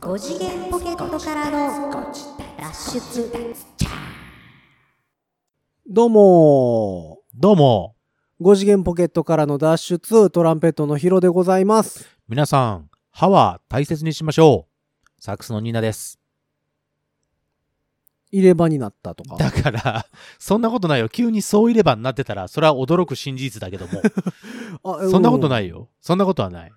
5次元ポケットからの脱出どうもどうも、ー。5次元ポケットからの脱出、トランペットのヒロでございます。皆さん、歯は大切にしましょう。サックスのニーナです。入れ歯になったとか。だから、そんなことないよ。急にそういればになってたら、それは驚く真実だけど も。そんなことい。ないよ。そんなことはない。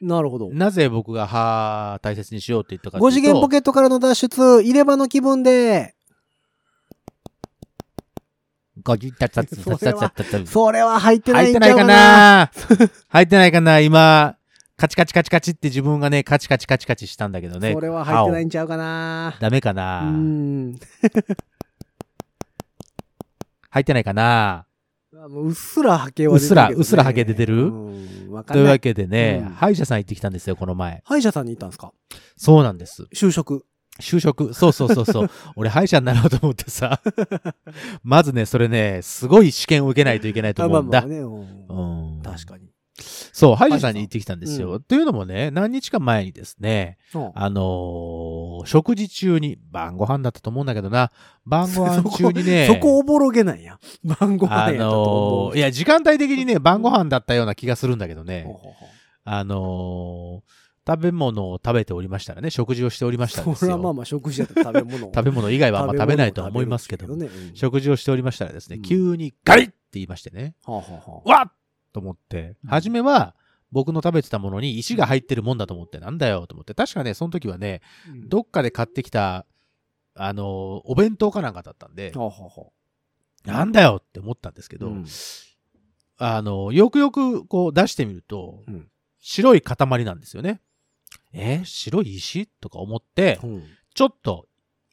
なるほど。なぜ僕が歯大切にしようって言ったかっていう5と。次元ポケットからの脱出、入れ歯の気分で、ごじたつたつたつたつたつた つそれは入ってな 入いっんてちなゃいうかかなな入ってないかな今、カチカチカチカチって自分がね、カチカチカチカチしたんだけどね。それは入ってない歯をんちゃうかなダメかうなーん。入ってないかなあもううっすらハケは出てるけど、ね。うっすらうっすらハケ出てうるん。わかといんうなわい。けでね、うん歯医者さん行ってきたんですよ、この前。歯医者さんに行ったんですかそうなんです。就職。就職。そうそうそうそう。 俺、歯医者になろうと思ってさ。 まずね、それね、すごい試験を受けないといけないとあ思まあうんだ。まあね。うんうん、確かに。そう、歯医者さんに行ってきたんですうよ。というのもね、何日か前にですね、うんあのー食事中に、晩ご飯だったと思うんだけどな、晩ご飯中にね、 そこおぼろげなんや。 晩ご飯あやったと思のう。ーいや、時間帯的 にね、晩ご飯だったような気がするんだけどねほう、ほうほうあのー食べ物を食べておりましたらね、食事をしておりましたんですそれはよ。まあまあ食事やったら食べ物を 食べ物以外はあんま食べないとは思いますけども食べ物を食べるんですけどね食事をしておりましたらですね、うん急にガリッって言いましてね、うんはあはあはあわっと思ってう、ん初めは僕の食べてたものに石が入ってるもんだと思って、なんだよと思って、確かね、その時はね、うんどっかで買ってきた、あのー、お弁当かなんかだったんでは、あはあはあなんだよって思ったんですけど、うんあのー、よくよくこう出してみるとうん、白い塊なんですよね。えー白い石とか思って、ちょっと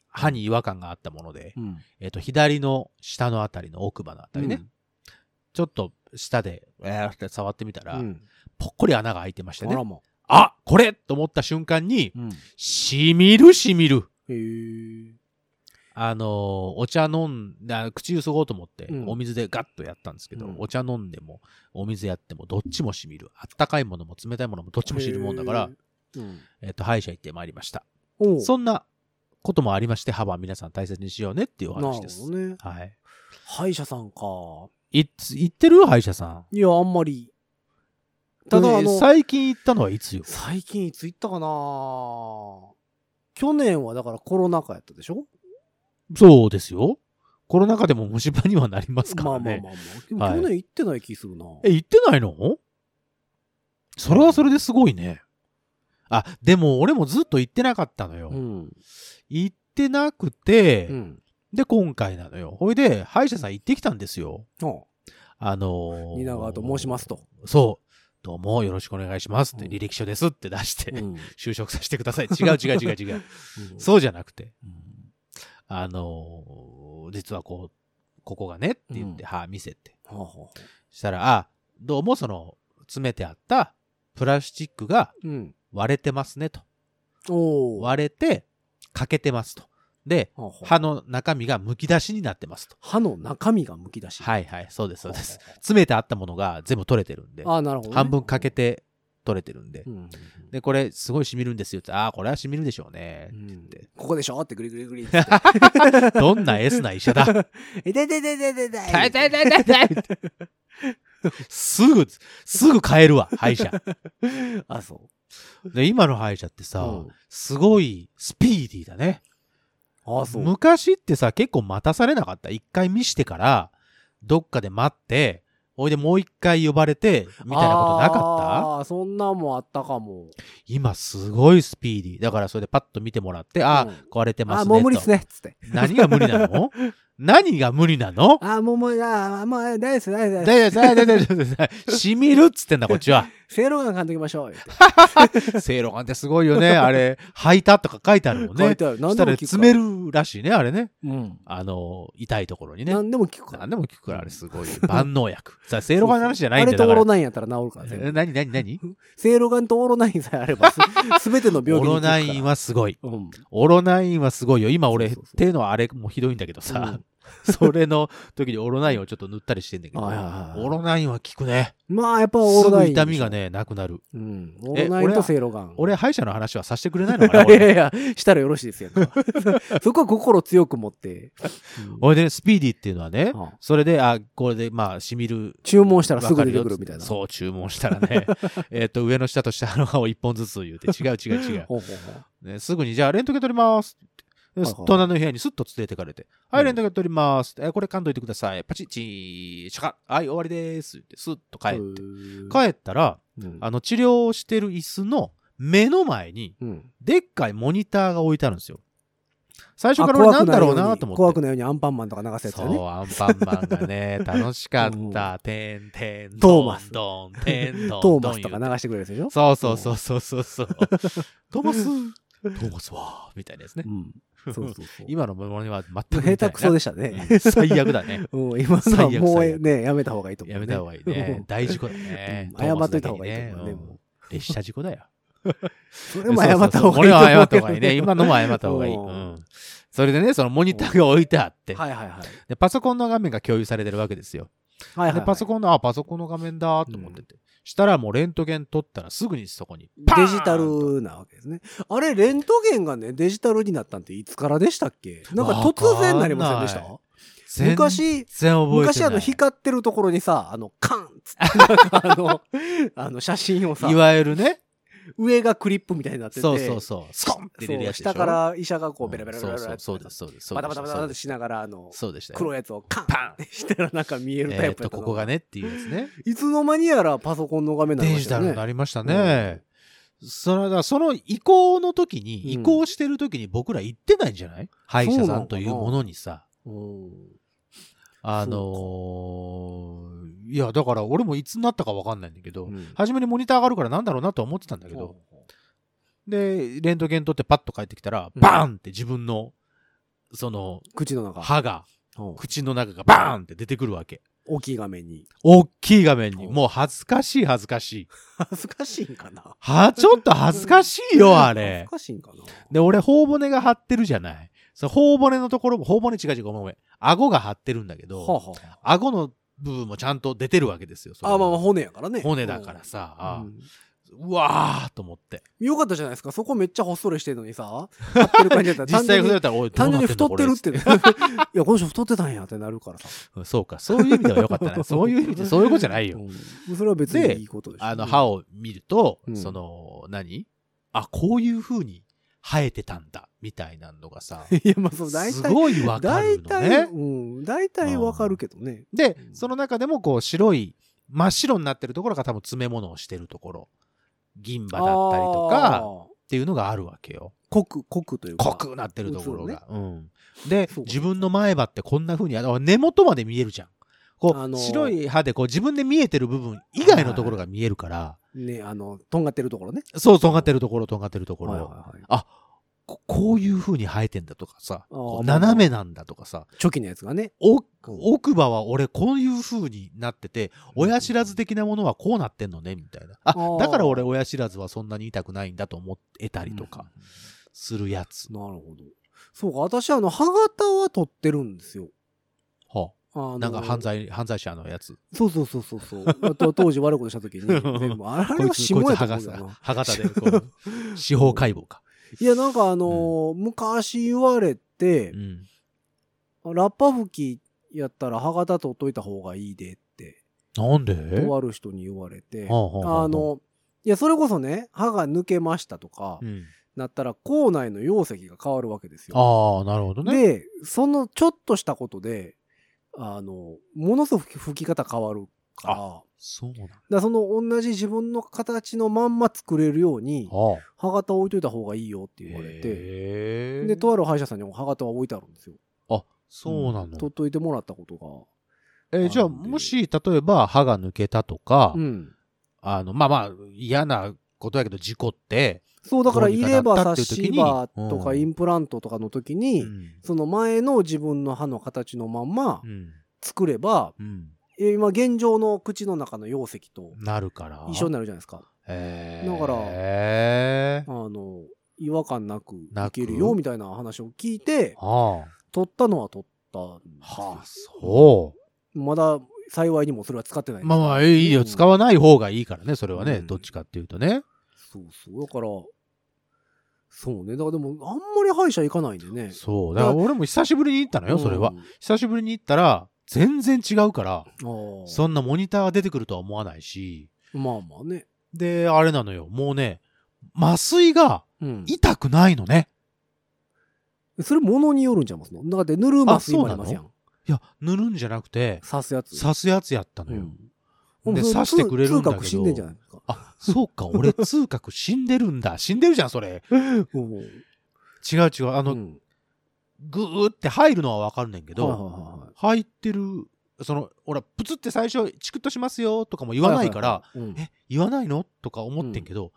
歯に違和感があったもので、うんえっ、と、左の下のあたりの奥歯のあたりね、うんちょっと下で、えーって触ってみたら、うんぽっこり穴が開いてましてあらね。まあこれと思った瞬間に、うんしみるしみる。へえあのーお茶飲んだ、口ゆすごうと思って、うんお水でガッとやったんですけど、うんお茶飲んでも、お水やっても、どっちもしみる。あったかいものも冷たいものもどっちもしみるもんだから、うんえっ、と、歯医者行ってまいりました。おうそんなこともありまして、歯は皆さん大切にしようねっていうおなる話ほです。どねはい。歯医者さんかいつ、行ってる歯医者さん。いやあんまりただあえーの最近行ったのはいつよ。最近いつ行ったかな去年はだからコロナ禍やったでしょそうですよ。コロナ禍でも虫歯にはなりますかまあらまあまあね。まあでもはい去年行ってない気するなえ、行ってないのそれはそれですごいね。あ、でも俺もずっと行ってなかったのよ。うん行ってなくて、うんで、今回なのよ。ほいで、歯医者さん行ってきたんですよ。ああのー、蜷川と申しますと。そう。どうもよろしくお願いしますって、うん履歴書ですって出して、うん 就職させてください。違う違う違う違う。そうじゃなくて、あのー実はこう、ここがねって言って、うん歯見せて。はあはあはあしたら、あ、どうもその、詰めてあったプラスチックがうん。割れてますねと。おお。割れて、欠けてますと。で、はあはあ歯の中身が剥き出しになってますと。歯の中身がむき出し。い。はいはい、そうですそうです。は詰めてあったものが全部取れてるんであ、ああ、なるほどね。半分欠けて取れてるんでう。ん。で、これすごい染みるんですよって、ああ、これは染みるでしょうねう。んてここでしょってグリグリグリって。どんな S な医者だいてててててて。痛い痛い痛い痛い痛いってすぐ、すぐ変えるわ、歯医者。あ、そう。で、今の歯医者ってさ、うんすごいスピーディーだね。あ、そう。昔ってさ、結構待たされなかった。一回見してから、どっかで待って、おいでもう一回呼ばれて、みたいなことなかったああ、そんなんもあったかも。今すごいスピーディー。だからそれでパッと見てもらって、ああ、うん壊れてますねあ、と。もう無理っすね。つって。何が無理なの何が無理なのあ、もうもう、あ、もう、大丈夫です、大丈夫です。だいだいだいだいだいしみるっつってんだ、こっちは。正論が監督いきましょう。正露丸ってすごいよね。 あれ、履いたとか書いてあるもん書いね。てある。そ何しでたもら聞く。詰め。るらしいね、あれね。うん。あの、痛いところにね。何でも聞くから何。でも聞くから、あれすごいよ。万能薬。さあ、正露丸の話じゃないんあれだよ。だとかオらロナインやったら治るから全え部。何何何正論がとオロナインさえあれば、すべての病気に効オく から。ロナインはすごい。うん。オロナインはすごいよ。今俺そうそう、そう手のあれもひどいんだけどさ、 それの時にオロナインをちょっと塗ったりしてんだけど、はいはいはいオロナインは効くね。まあ、やっぱオすールナぐイン。痛みが。ね、なくなる。うん。オえールナインとセイロガン。俺、歯医者の話はさせてくれないの いかなや俺いや、したらよろしいですよ。 そこは心強く持って。うん俺で、スピーディーっていうのはね、あそれで、あ、これで、まあ、染みる。注文したらすぐ出てくるみたいな。そう、注文した らね、えっと、上の下と下の歯を一本ずつ言うて、違う違う違う。ほうほうほうね、すぐに、じゃあ、レントゲン取ります。ではいはい隣の部屋にスッと連れてかれて、はうい、んレントゲン取ります。え、これ噛んどいてください。パチッチー、シャカッはい、終わりです。って、スッと帰って。へ帰ったら、ーうんあの、治療をしてる椅子の目の前に、うんでっかいモニターが置いてあるんですよ。最初あから怖俺くなんなだいろよううなにと思って。怖くないようにアンパンマンとか流すやつそだね。う、アンパンマン がね、楽しかった。てんてん、トーマスどん、てん、ど ん、トーマスとかどん流してくれるやつでしょ。そうそうそうそうそ うそう。トーマス、トーマスは、みたいなですねう。ん。そうそうそう。今のものには全く下見た手いなくそでしたうねん。最悪だ ね。うん、今のは最悪も最う悪ね、やめた方がいいと思う、やめた方がいいね。大事故だね。うん謝っといた方がいいと思うねトーマスだけにもうん列車事故だよ。 それも謝った方がいいとそうそうそうこれ思は謝うっけたど方がいいね。今のも謝った方がいい。ううんん。それでね、そのモニターが置いてあっ て、はいはいはい。でパソコンの画面が共有されてるわけですよ。はいはい、で、パソコンの、あ、パソコンの画面だと思ってて。したらもうレントゲン撮ったらすぐにそこに。パーンデジタルなわけですね。あれ、レントゲンがね、デジタルになったんっていつからでしたっけなんか突然なりませんでしわかんなた全然覚昔、えてない。昔あの光ってるところにさ、あの、カンっ つって、なんかあの、あの写真をさい、わゆるね。上がクリップみたいになってて、そうそうそう。スコンって出るやつでしょ。そう下から医者がこう、んベラベラベラベラってそうそうそうです、そうです。そバうでタしバたタバタってしながら、あの、そうでしたよ。黒いやつをカンパンってしたらなんか見えるタえイっプだと、ったこのこがねっていうやつね。いつの間にやらパソコンの画面になりデましジたタよルね。になりましたね。そのだからその移行の時うんに、移行してる時に僕ら行ってないんじゃない、歯医者さんというものにさ。うんあのーいや、だから俺もいつになったかわかんないんだけど、うん初めにモニターがあるからなんだろうなとは思ってたんだけど、で、レントゲン撮ってパッと帰ってきたら、うんバーンって自分の、その、口の中、歯が、うん口の中がバーンって出てくるわけ。大きい画面に。大きい画面に。うんもう恥ずかしい恥ずかしい。恥ずかしいんかなは、ちょっと恥ずかし いよ、あ恥れず。かしいんかなで、俺、頬骨が張ってるじゃない。そう頬骨のところも、頬骨違う違う、ごめんごめん。顎が張ってるんだけど、はあはあ顎の部分もちゃんと出てるわけですよ。それはあまあまあ骨やからね。骨だからさ、うん。あうんうわーと思って。よかったじゃないですか。そこめっちゃほっそりしてるのにさ、張ってる感じだったら 単実際太純れにたら、おい、どう単な純にんだ太こっれてるってね。 いや、この人太ってたんやってなるからさ。うんそうか、そういう意味ではよかった な。そういう意味で、そういうことじゃないよ。うんそれは別にいいことでしょ。あの、歯を。を見ると、うんその、何あ、こういう風に生えてたんだ、みたいなのがさ、いや、ま あそう、大す体。ごいわか大るの体、ね。うん。大体わかるけどね。でう、んその中でもこう白い、真っ白になってるところが多分詰め物をしてるところ。銀歯だったりとあか、ー。っていうのがあるわけよ。濃く、濃くというか。濃くなってるところが。うん。でそう、か自分の前歯ってこんな風に、あの根元まで見えるじゃん。こう、あのー白い歯でこう自分で見えてる部分以外のところが見えるから、ね、あの、とんがってるところね。そう、とんがってるところ、とんがってるところ。はいはいはい。あこ、こういう風に生えてんだとかさ、あーこう斜めなんだとかさ、初期のやつがね。おうん奥歯は俺こういう風になってて、親知らず的なものはこうなってんのね、みたいな。ああ、ーだから俺親知らずはそんなに痛くないんだと思えたりとかするやつ。なるほど。そうか、私、あの、歯型は取ってるんですよ。はああのなんか犯。罪、犯罪者のやつ。そうそうそうそうそう。あと当時悪いことした 時に、全部、あれこいはつ、下こいつやと歯思うがけどな。歯型 で、こう、司法解剖か。いや、なんかあのー昔言われてう、ん。ラッパ吹きやったら歯型取っといた方がいいでって、なんでとある人に言われて、はあはあはああの、いや、それこそね、歯が抜けましたとかう、ん。なったら、口内の容積が変わるわけですよ。ああ、なるほどね。で、そのちょっとしたことで、あの、ものすごく吹き方変わるから、だあかそうなんだ。らその同じ自分の形のまんま作れるように、はあ。歯型置いといた方がいいよって言われて、へえ。で、とある歯医者さんにも歯型は置いてあるんですよ。あ、そうなの。取っといてもらったことえーじゃあ、なんでもし、例えば、歯が抜けたとか、が。うん。あの、まあまあ、嫌なことやけど、事故って、そう、だからどうに入れかなった歯、ってい差う時しに歯とかうんインプラントとかの時に、うんその前の自分の歯の形のまんまうん作れば、うんえ今現状の口の中の容積となるから。一緒になるじゃないですか。へだからえあの、違和感なくなくいけるよみたいな話を聞いて、ああ。取ったのは取っったんですよはあ、そ。まだ幸いにもそれは使ってないうですまあまあ、いいよ。使わない方がいいからね、それはね。うんどっちかっていうとね。そうそうだからそうねだからでもあんまり歯医者行かないんでねそう。だから俺も久しぶりに行ったのよ、それはう。ん久しぶりに行ったら、全然違うから、ああそんなモニターが出てくるとは思わないし。まあまあねで、あれなのよ。もうね、麻酔がうん痛くないのね。それものによるんちゃいますのだってぬるま水もありますやんいや、塗るんじゃなくて、刺すやつ刺すやつやったのうよ。んで、もう刺してくれるん痛だ覚け死んでんじゃど。ないですかあ、そうか、俺、痛覚死んでるんだ。死んでるじゃん、それ。うん違う違う。あうの、んぐーって入るのはわかるねんけはいはいはいはど、入ってる、その、ほら、プツって最初、チクッとしますよとかも言わないから、はいはいはいうんえ、言わないのとか思ってんけど、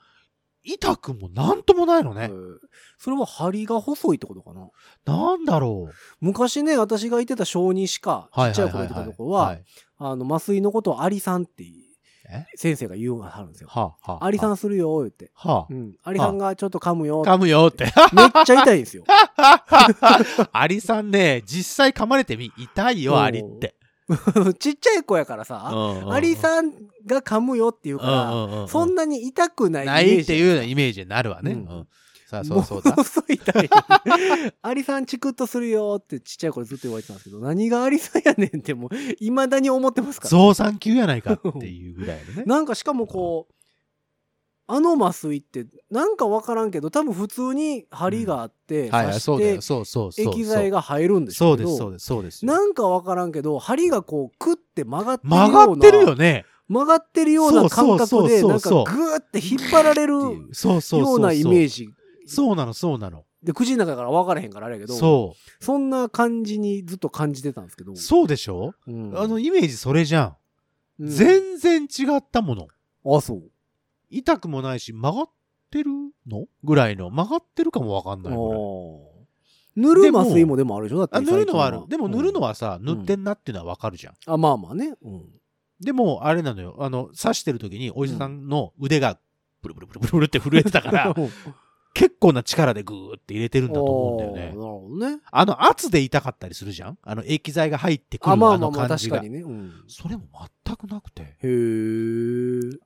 痛くもなんともないのえね。ーそれは針が細いってことかななんだろう。昔ね私がいてた小児歯科ちっちゃい頃行ってたとこは、あの麻酔のことをアリさんってえ先生が言うはるんですよはあ、はあ、アリさはんするよ言ってあ、はうんアリさんがちょっと噛むよあ、噛むよって。 めっちゃ痛いんですよアリさんね、実際噛まれてみ、痛いよ、アリって。 ちっちゃい子やからさアアリさんが噛むよっていうかららそんななに痛くないイメなージいっていうようなイメージになるわね。ううんんさあ、そうそうだ も。のすごい痛い。アリさんチクッとするよってちっちゃい頃ずっと言われてたんですけど、何がアリさんやねんってもう、未だに思ってますから。増産級やないかっていうぐらいのね。なんかしかもこう、あの麻酔って、なんかわからんけど、多分普通に針があって、はいはい、そうだ刺よ。しそうそうてそう。液剤が。が入るんでしそょうけでどす、そうです、そうです。なんかわからんけど、針がこう、クって曲がってるような。曲がってるよね。曲がってるような感覚で、そうなそんうかそうグそうーって引っ張られるっよていうそうそうそう。うなイメージ。ジ。そうなの、そうなの。で、口の中から分からへんからあれやけど、そそんな感じにずっと感じてたんですけど。う。そうでしょうんあの、、イメージそれじゃ。うんん全然違ったもの。あ、そう。痛くもないし、曲がってるのぐらいの。曲がってるかもわかんあないぐらい。ー塗る麻酔もでもあるでしょだってあ塗るのはあ最る近でも塗るのはさ、ん塗ってんなっていうのはわかるじゃんうんあ、まあまあね。 うん。でもあれなのよあの刺してる時にお医者さんの腕がブルブルブルブルブルって震えてたから 結構な力でグーって入れてるんだと思うんだあーよねなるほどね。あの圧で痛かったりするじゃんあの液剤が入ってくるあ、あまあまあのまあ、感じ確かがにね。うん。それも全くなくてへーう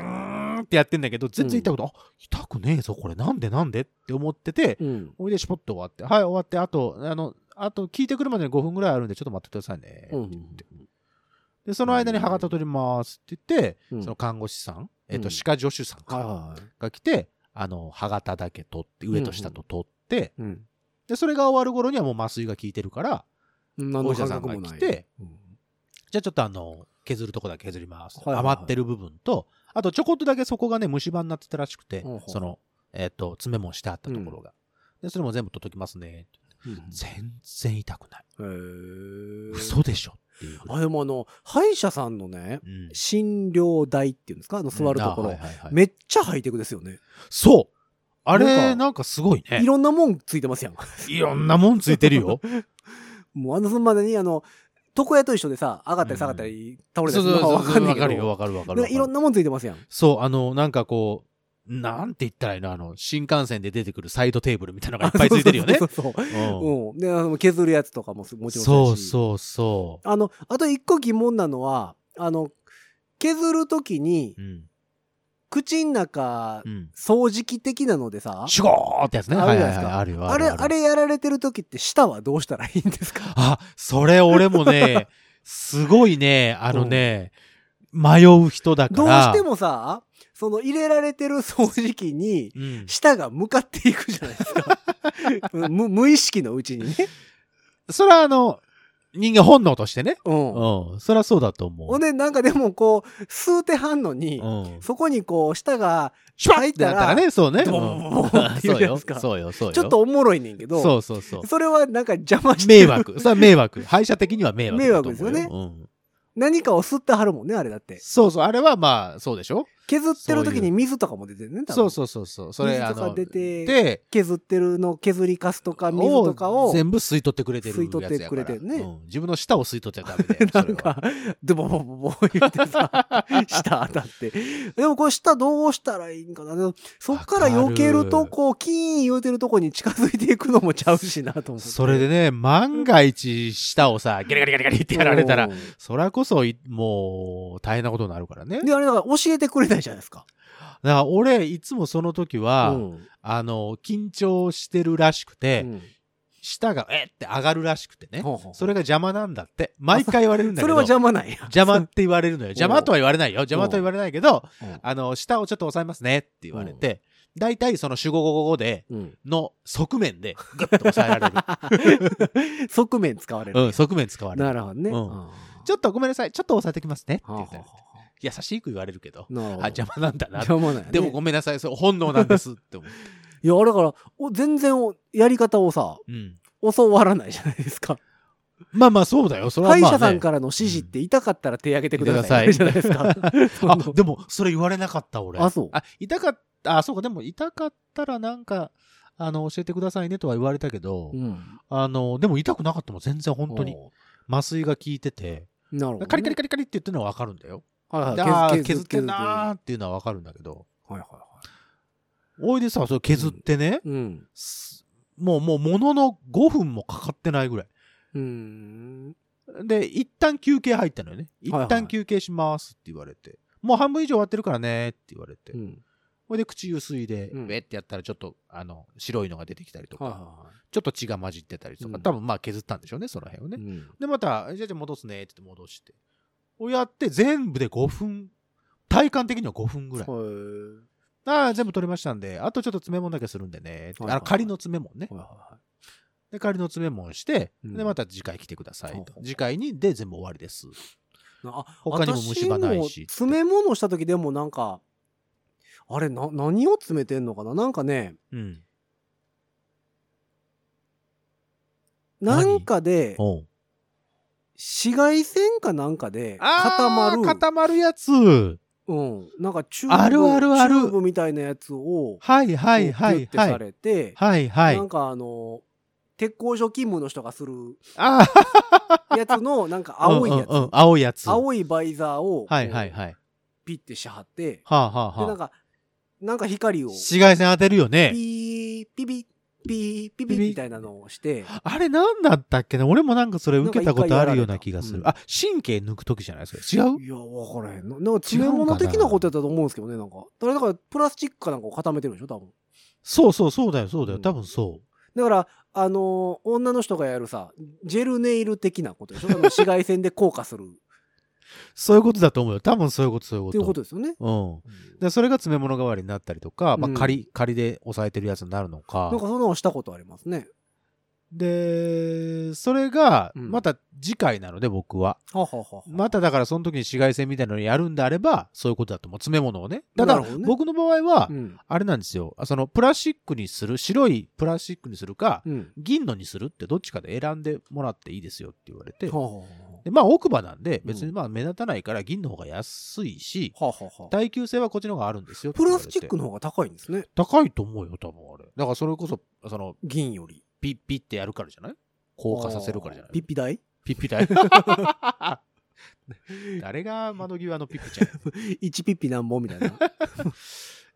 ーんってやってんだけど全然痛くない、あ痛くねえぞこれなんでなんでって思っててうん。おいでしポッと終わってはい終わってあとあのあと聞いてくるまでに5分ぐらいあるんでちょっと待ってくださいね、うん。で、その間に歯型取りますって言って、うんその看護師さん、えっ、うと、ん歯科助手さんはいかはいはい。が来て、あの、歯型だけ取って、上と下と取って、うん。で、それが終わる頃にはもう麻酔が効いてるから、何おの医者さ感んが覚も来ない。て、うんじゃあちょっとあの、削るとこだけ削ります。はいはいはい余ってる部分と、あとちょこっとだけそこがね、虫歯になってたらしくて、ほうほうその、えっ、と、爪もしてあったところが。で、それも全部取っときますね。全然痛くない。うんへー嘘でしょっていうぐらい。あ、でもあの、歯医者さんのね、うん診療台っていうんですかあの座るとこあはろい。はいはいめっちゃハイテクですよね。そうあなんかれ、なんかすごいねい。ろんなもんついてますやん。いろんなもんついて るよ。もうあの、そのまでに、あの、床屋と一緒でさ、上がったり下がったり、倒れたそうりすそうるのはそう。わかんないわけかど。るよ、わかるわかなんるわかかいろんる。なもんついてますやん。そう、あの、なんかこう、なんて言ったらいいのあの、新幹線で出てくるサイドテーブルみたいなのがいっぱいついてるよね そ。うそうそううんそう。うん。で、あの、削るやつとかもすもちろんそうだしそうそあの、あと一個疑問なのは、あの、削るときにう。う、ん。口ん中う、ん。掃除機的なのでさ、シュゴーってやつね。あはるいじゃはないいですはかい。あるよ。あれ、るあ。れやられてるときって、舌はどうしたらいいんですかあ、それ俺も ね、すごいね、あのね、迷う人だかどうら。してもさ、その入れられてる掃除機に、うん。舌が向かっていくじゃないです か。無無意識のうちにね。それはあの、人間本能としてね。うん。うん。それはそうだと思ほう。んで、なんかでもこう、吸うてはんのに、うん。そこにこう、舌が、シュワッってなったらね、そうね。ドボンボンボンって言うじゃないですかそうよ、そうよ。そうよちょっとおもろいねんけど、そうそうそう。それはなんか邪魔して迷る。惑。それは迷惑。歯医者的には迷惑だと思迷惑う。ですよね。うん。何かを吸ってはるもんね、あれだって。そうそう。あれはまあ、そうでしょ削ってる時に水とかも出てるね、多分そうそうそうそう。それ、水あとかの、出てで、削ってるの、削りかすとか水とかを、全部吸い取ってくれてる吸い取ってくれてるね。やつやからうん自分の舌を吸い取っちゃダメだよ なんか、ドボボボボ言って さ、舌当たって。でもこれ舌どうしたらいいんかな。でもそっから避けるとこ、キーン言うてるとこに近づいていくのもちゃうしなと思っそれはて。それでね、万が一舌をさ、ガリガリガリガリってやられたらうん、。そらこそい、もう、大変なことになるからね。だかで、あれだから教えてくれないじゃないですか。ら俺、いつもその時は、うんあの、緊張してるらしくて、うん舌が、えって上がるらしくてね。ほうほうそれが邪魔なんだって。毎回言われるんだ そけれど。は邪魔なんや。邪 魔って言われるのんよ。邪魔とは言われないよ。邪魔とは言われないけど、うんあの、舌をちょっと押さえますねって言われて、大体その主語語語で、うん。の側面でグッと押さえられる。側面使われる。 うん、側面使われる。なるほどね。うんあーちょっとごめんなさい。ちょっと押さえてきますねってはあ言はったらあ優しく言われるけど、なるあ、ほど。 邪魔なんだな。邪魔なんやねでもごめんなさい。そう本能なんですって思う。いや、だから、お全然お、やり方をさ、うん。教わらないじゃないですか。まあまあそうだよ。それは歯まあ、医者ね。さんからの指示って痛かったら手挙げてください。うんじゃないですか。 あ、でも、 それ言われなかった、俺。あそうあ、痛かった、あ、そうか、でも、痛かったら、なんか、あの、教えてくださいねとは言われたけど、うんあの、でも痛くなかったもん、全然本当に。お麻酔が効いてて、うなるほどね。カリカリカリカリって言ってるのはわかるんだよ。はいではあいー削削っっててるんなーっていうのはわかるんだけど、はいはいはおいでさ、それ削ってね、い。うん。すもう、もう、ものの5分もかかってないぐらい。うーん。で、一旦休憩入ったのよね。一はいはい旦休憩しますって言われて。もう半分以上終わってるからねって言われて。うんほいで口ゆすいで、うんウェってやったらちょっとあの白いのが出てきたりとか、はいはちょっと血が混じってたりとか、うん多分まあ削ったんでしょうねその辺をね、いはい。うんでまた「じゃあじゃあ戻すね」って言って戻してをやって全部で5分体感的には5分ぐらい、はいああ全部取れましたんであとちょっと詰め物だけするんでね、はいはいはいあの仮の詰め物ね、はいはで仮の詰め物して、うんでまた次回来てくださいと、ほう次回にで全部終わりですいなあ 他にも虫歯ない私しも詰め物した時でもなんか、あれ、な、何を詰めてんのかななんかね、うんな何んかで、おう紫外線かなんかであー固まる。固まるやつうん。なんかチューブあるあるあるチューブみたいなやつを、はいはいこうはギュッいてはいされて、はいはいなんかあの、鉄工所勤務の人がするああ、やつの、なんか青いやつ。うんうんうん青いやつ。青いバイザーを、はいはいはい。ピッてしはって、はあ、はあで、なはんあ、か、なんか光を、紫外線当てるよね。ピー、ピピ、ピー、ピピみたいなのをして、あれ何だったっけな俺もなんかそれ受けたことあるような気がすなる。んあ、神経抜くときじゃないそれ。違ういや、わからへんな。なんか詰め物的なことやったと思うんですけどね、なんか。だから、だからプラスチックかなんかを固めてるんでしょ、多分。そうそうそうだよ、そうだよ。うん多分そだから、あのー女の人がやるさ、ジェルネイル的なことでしょあの紫外線で硬化 するっう。そういうことだと思うよ。多分そういうこと、そういうこと。ていうことですよね。うん。で、それが詰め物代わりになったりとか、まあうん仮、仮で押さえてるやつになるのか。なんかそんなのしたことありますね。で、それが、うんまた次回なので、僕は。はははまただからその時に紫外線みたいなのやるんであれば、そういうことだと思う。詰め物をね。たなだるほど、ね僕の場合はう、ん。あれなんですよ。あそのプラスチックにする、白いプラスチックにするか、うん。銀のにするってどっちかで選んでもらっていいですよって言われては、ははでまあ奥歯なんで、うん別にまあ目立たないから銀の方が安いし、はははは耐久性はこっちの方があるんですよってプ言わラれてスチックの方が高いんですね。高いと思うよ、多分あれ。だからそれこそ、その、銀より。ピッピッってやるからじゃない硬化させるからじゃないピッピ 代ピッピだよ。 誰が窓際のピッピちゃん ?1 ピッピなんぼみたいな。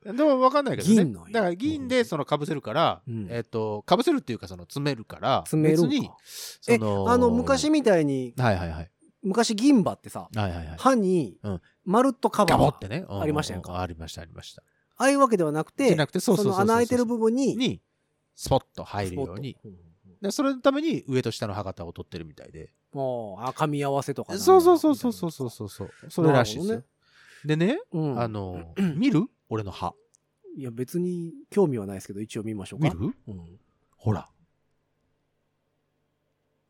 でも分かんないけどね。銀のよだから銀でその被せるから、うんえっ、と、被せるっていうかその詰めるから、詰めるん別にか、そえ、あの、昔みたいに、はいはいはい。昔銀歯ってさ、はいはいはい。歯にうん、まるっとカバガーボがってね。うんありましたやんかありましたありました。ああいうわけではなくじてゃな、くて、そうそそうそうそのうそ穴う。開いてる部分に、に、スポッと入るようにス。ポッと。うんで、それのために上と下の歯型を取ってるみたいで。もう、あ、噛み合わせとかなんだそうそうそうそうそうそうそうそう。それらしいですなるよ。でね、うん。あの、見る俺の歯。いや、別に興味はないですけど、一応見ましょうか。見るうん。ほら。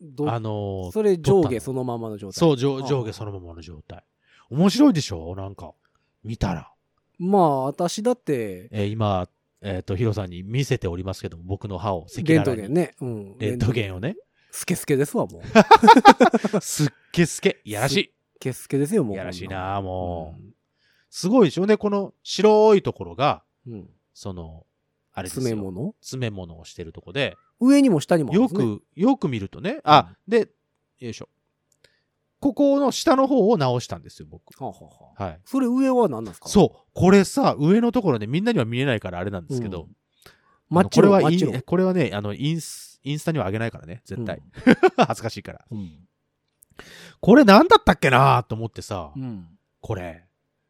どあのー、それ上撮った下のそのままの状態。そう、上あ上下そのままの状態。面白いでしょなんか、見たら。まあ、私だって、えー今、えっ、と、ヒロさんに見せておりますけども、僕の歯を赤レント裸々ゲンに。ね。うん。レントゲンをね。スケスケですわ、 もう。すっげすげ。いやらし スい。ケスケですよ、もう。いやらしいなもううんすごいでしょね。この白いところが、うん。その、あれですよ。詰め物詰め物をしてるとこで、上にも下にもあるんよですね、く、よく見るとね。あ、で、よいしょ。ここの下の方を直したんですよ、僕。はあはあはあはい。それ上は何なんですかそう。これさ、上のところね、みんなには見えないからあれなんですけど、マッチこれロはマいッいチロこれはね、あの、インス、インスタにはあげないからね、絶対。うん 恥ずかしいから。これなんだったっけなと思ってさ、うんこれ、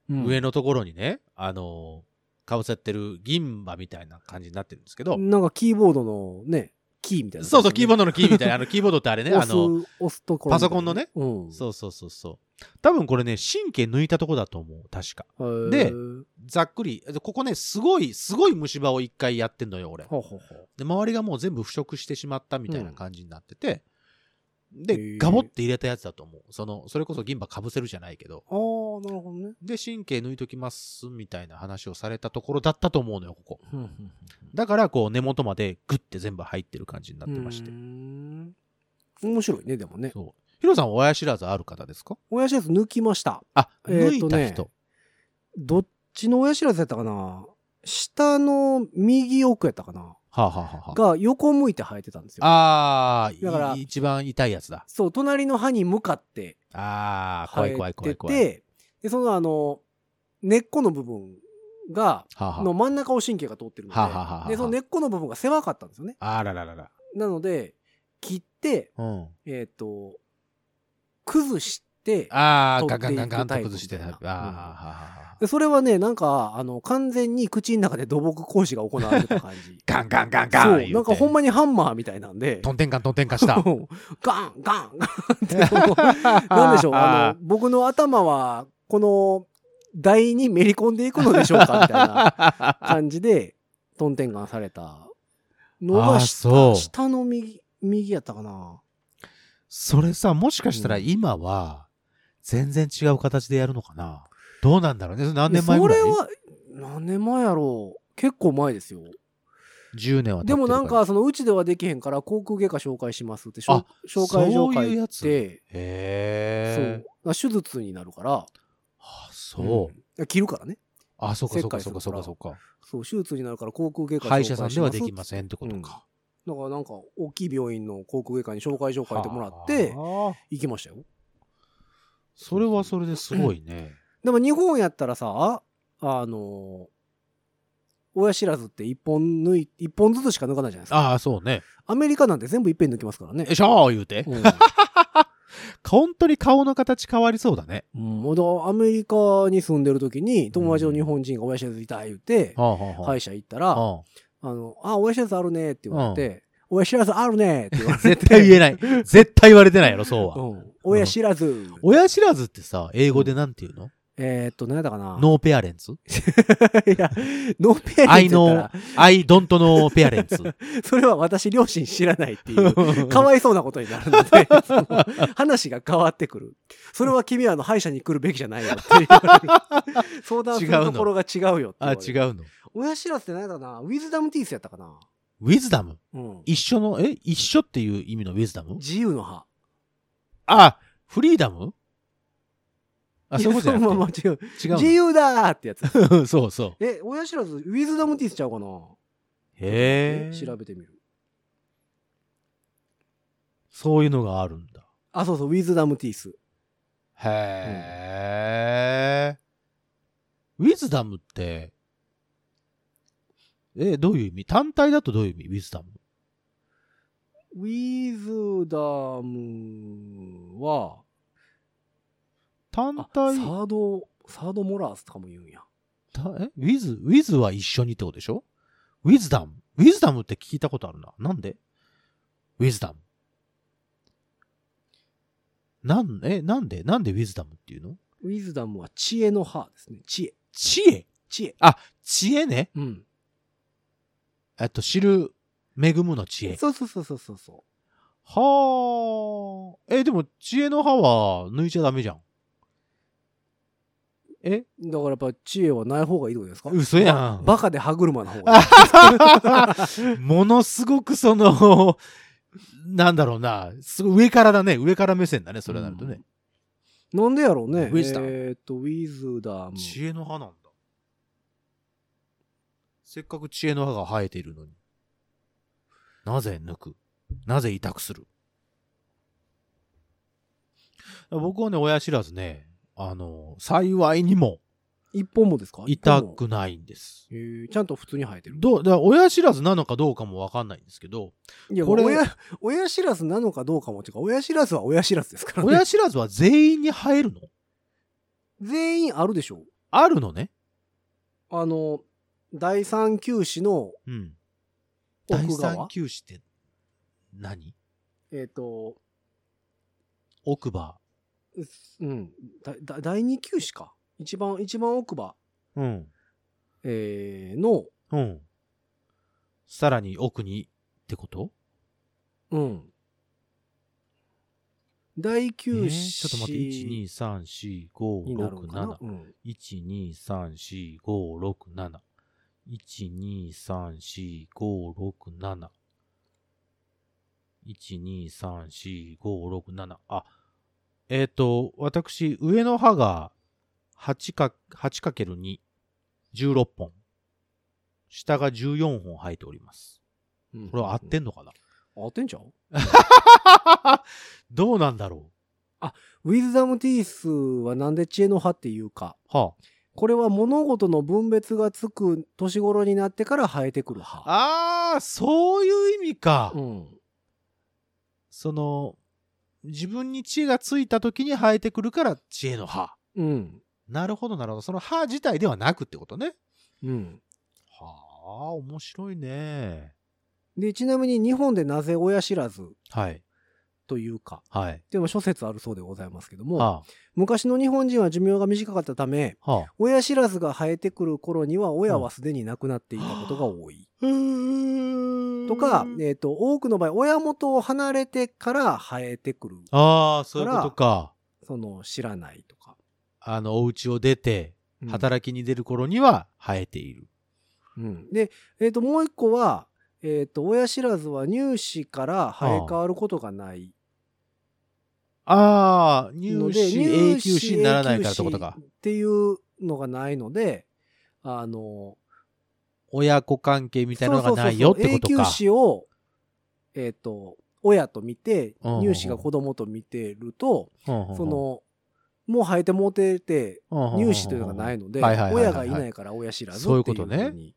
うん上のところにね、あのー、かぶさってる銀歯みたいな感じになってるんですけど、なんかキーボードのね、キーみたいな、そうそう、キーボーードのキーみたいな、あの、キーボードってあれね、あ押す、の、押すところみたいな。パソコンのねうん。そうそうそうそう。多分これね、神経抜いたとこだと思う、確か。へーでざっくり、ここね、すごい、すごい虫歯を一回やってんのよ、俺。ほうほうほうで、周りがもう全部腐食してしまったみたいな感じになってて、へで、ーガボって入れたやつだと思う。その、それこそ銀歯かぶせるじゃないけど、ああ、なるほどね。で、神経抜いときます、みたいな話をされたところだったと思うのよ、ここ。うんうんだから、こう、根元までグッて全部入ってる感じになってましてうー。ん面白いね、でもね。そう。ヒロさんは親知らずある方ですか親知らず抜きました。あ、えー抜いとたね人。どっちの親知らずやったかな下の右奥やったかなはあ、はあはあはあ、が横向いて生えてたんですよ。あーだからい一番痛いやつだ。そう、隣の歯に向かってああ、生怖い怖えい怖てい怖い。て、で、そのあの、根っこの部分が、はあはあの真ん中を神経が通ってるので、はあはあはあはあで、その根っこの部分が狭かったんですよね。あららららら。なので、切って、うん。えっ、と、崩して、ああ、取ガってンガいンくガンガンと崩してタた。イあプみーたいなあー、。でそれはね、なんか、あの、完全に口の中で土木工事が行われてた感じガンガンガン ガンそう言う、てなんかほ んまにハンマーみたいなんで、トンテンカントンテンカンした。うん ガンガンガンって、その なんでしょう、あの、僕の頭は、この台にめり込んでいくのでしょうかみたい な感じで、トンテンガンされたのあがー下、そう下の右、右やったかな。 それさ、もしかしたらうん今は、全然違う形でやるのかなどうなんだろうね。それ何年前ぐらいそれは、何年前やろう。結構前ですよ。 ?10 年は経ってるらでもなん、か、その、うちではできへんから、航空外科紹介しますって、しょあ紹介状そういう書やいつて、そうへだえ。から手術になるから、あそう。うん切るからね。あ、そうかそうか切そう開かすそるかうからそうか。そう、手術になるから、航空外科紹介します歯医者さんではできませんってことか。だからなんか、大きい病院の航空外科に紹介状書いてもらっはて、あ、行きましたよ。それはそれですごいね。でも日本やったらさ、あの、親知らずって一本抜い、一本ずつしか抜かないじゃないですか。ああ、そうね。アメリカなんて全部いっぺん抜きますからねよ。いしょー言うて。うん、本当に顔の形変わりそうだね。うんまだアメリカに住んでる時に、友達の日本人が親知らずいた言うて、はあはあはあ歯医者行ったら、あうの、あ、親知らずあるねって言われて、親知らずあるねって言われんて。絶対言 えない。絶対言われてないやろ、そうは。うん。親知らず。親知らずってさ、英語でなんて言うのえーっと、何やったかな。ノーペアレンツ いや、ノーペアレ ?I ンツやっ know, た I don't know ペアレンツ。ら、それは私両親知らないっていう。 かわいそうなことになるので、 その話が変わってくる。それは君はあの歯医者に来るべきじゃないよっ ていう。相談するところが違うよって言わあ、違れるうの。親知らずって何だろうなウィズダムティースやったかなウィズダムうん。一緒の、え一緒っていう意味のウィズダム自由の歯。あ、フリーダムあ、そういうことじゃやそのままなく違う。て。違自由だーってやつ。うの。 そうそう。え、親知らず、ウィズダムティースちゃうかなへええ。調べてみる。そういうのがあるんだ。あ、そうそう、ウィズダムティース。へえ。ウィズダムって、え、どういう意味単体だとどういう意味ウィズダム。ウィズダムは、単あ、サ体、ード、サードモラースとかも言うんや。たえウィズ、ウィズは一緒にってことでしょウィズダム。ウィズダムって聞いたことあるな。なんでウィズダム。なん、え、なんでなんでウィズダムっていうのウィズダムは知恵の歯ですね。知恵。知恵知恵。あ、知恵ね。うん。えっと、知る、恵むの知恵。そうそうそうそうそうそはあ。え、でも、知恵の歯は抜いちゃダメじゃん。えう。だからやっぱ知恵はない方がいいってことですか嘘やんバカで歯車の方がいい。 ものすごくそ の、なんだろうな。すごい上からだね。上から目線だね。それになるとね。なんでやろうね。ウィズダムえーっと、ウィズダム。知恵の葉なんだ。せっかく知恵の葉が生えているのに。なぜ抜くなぜ委託する僕はね、親知らずね、あの、幸いにも一本もですか痛。一本もくないんです。えーちゃんと普通に生えてる。どう、だから親知らずなのかどうかもわかんないんです けど、いや、これ親、親知らずなのかどうかも、てか、親知らずは親知らずですからね。親知らずは全員に生えるの全員あるでしょあるのね。あの、第三球子のうん。第奥三側。球歯って何えーっと、奥歯。うん。だだ第二球子か。一番、一番奥歯、うん。えーの、うん。さらに奥にってことうん。第え九子、ーちょっと待って、1、2、3、4、になるん5、6、かな7。。うん。 1、2、3、4、5、6、7。1、2、3、4、5、6、7。1、2、3、4、5、6、7。あ、えっ、と、私、上の歯が8か、8かける2、16本。下が14本生えております。うんこれは合ってんのかな、 合ってんちゃうどうなんだろウィズダムティースはなんで知恵の葉っていうか、うはこれは物事の分別がつく年頃になってから生えてくる葉。あ。あー、そういう意味か。うん。その、自分に知恵がついた時に生えてくるから知恵の歯。うん。なるほど、なるほど。その歯自体ではなくってことね。うん。はあ、面白いね。で、ちなみに日本でなぜ親知らずはい。というか、はい。でも諸説あるそうでございますけども、は昔の日本人は寿命が短かったため、あ、はあ。親知らずが生えてくる頃には親はすでに亡くなっていたことが多い。とか、えっ、と、多くの場合、親元を離れてから生えてくる。ああ、そういうことか。その、知らないとか。あの、お家を出て、うん働きに出る頃には生えている。うん、で、えっ、と、もう一個は、えっ、と、親知らずは乳歯から生え変わることがないああ、の入で、試永久歯にならないからってことか永久。歯っていうのがないので、あの、親子関係みたいなのがないよそうっそうそうてことか。永久歯を、えっ、と、親と見て、うんうんうん乳歯が子供と見てると、そそ、の、もう生えてもうてて、乳入歯というのがないので、はいはいはい親はいはがいいないから親知らずっていそういううここととに、ね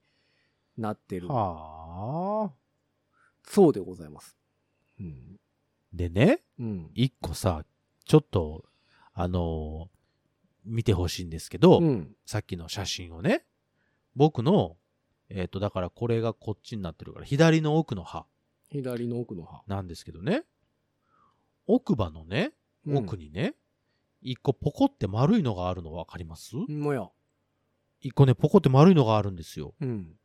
なってる。はあ。そうでございます。うん。でね、うん。一個さ、ちょっと、あのー見てほしいんですけど、うん。さっきの写真をね、僕の、えっ、と、だからこれがこっちになってるから、左の奥の歯左の奥の歯。なんですけどね、奥歯のね、奥に。にね、一個ポコって丸いのがあるの分かりますうん、もや。一個ね、ポコって丸いのがあるんですよ。うん。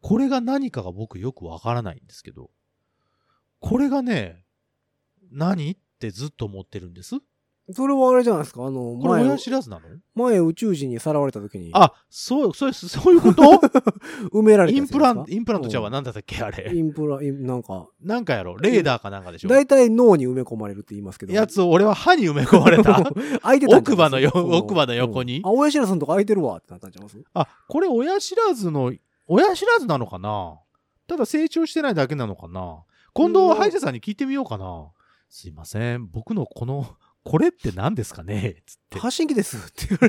これが何かが僕よくわからないんですけど、これがね、何ってずっと思ってるんです。それはあれじゃないですか。あの、これ前、親知らずなの前宇宙人にさらわれた時に、あ、そう、そう、そういうこと 埋められたイやンつですプかラント、インプラントちゃうわ、うんなんだったっけあれ。インプラ、インなんか、なんかやろ、レーダーかなんかでしょ。大体脳に埋め込まれるって言いますけど。やつを俺は歯に埋め込まれ た。開いてたんちゃいます奥歯のよそ奥歯の横にうんあ、親知らずのとこ開いてるわってなったんちゃいます あ、これ親知らずの、親知らずなのかなただ成長してないだけなのかな今度歯医者さんに聞いてみようかな。すいません、僕のこの、これって何ですかねつって。発信機ですって言われ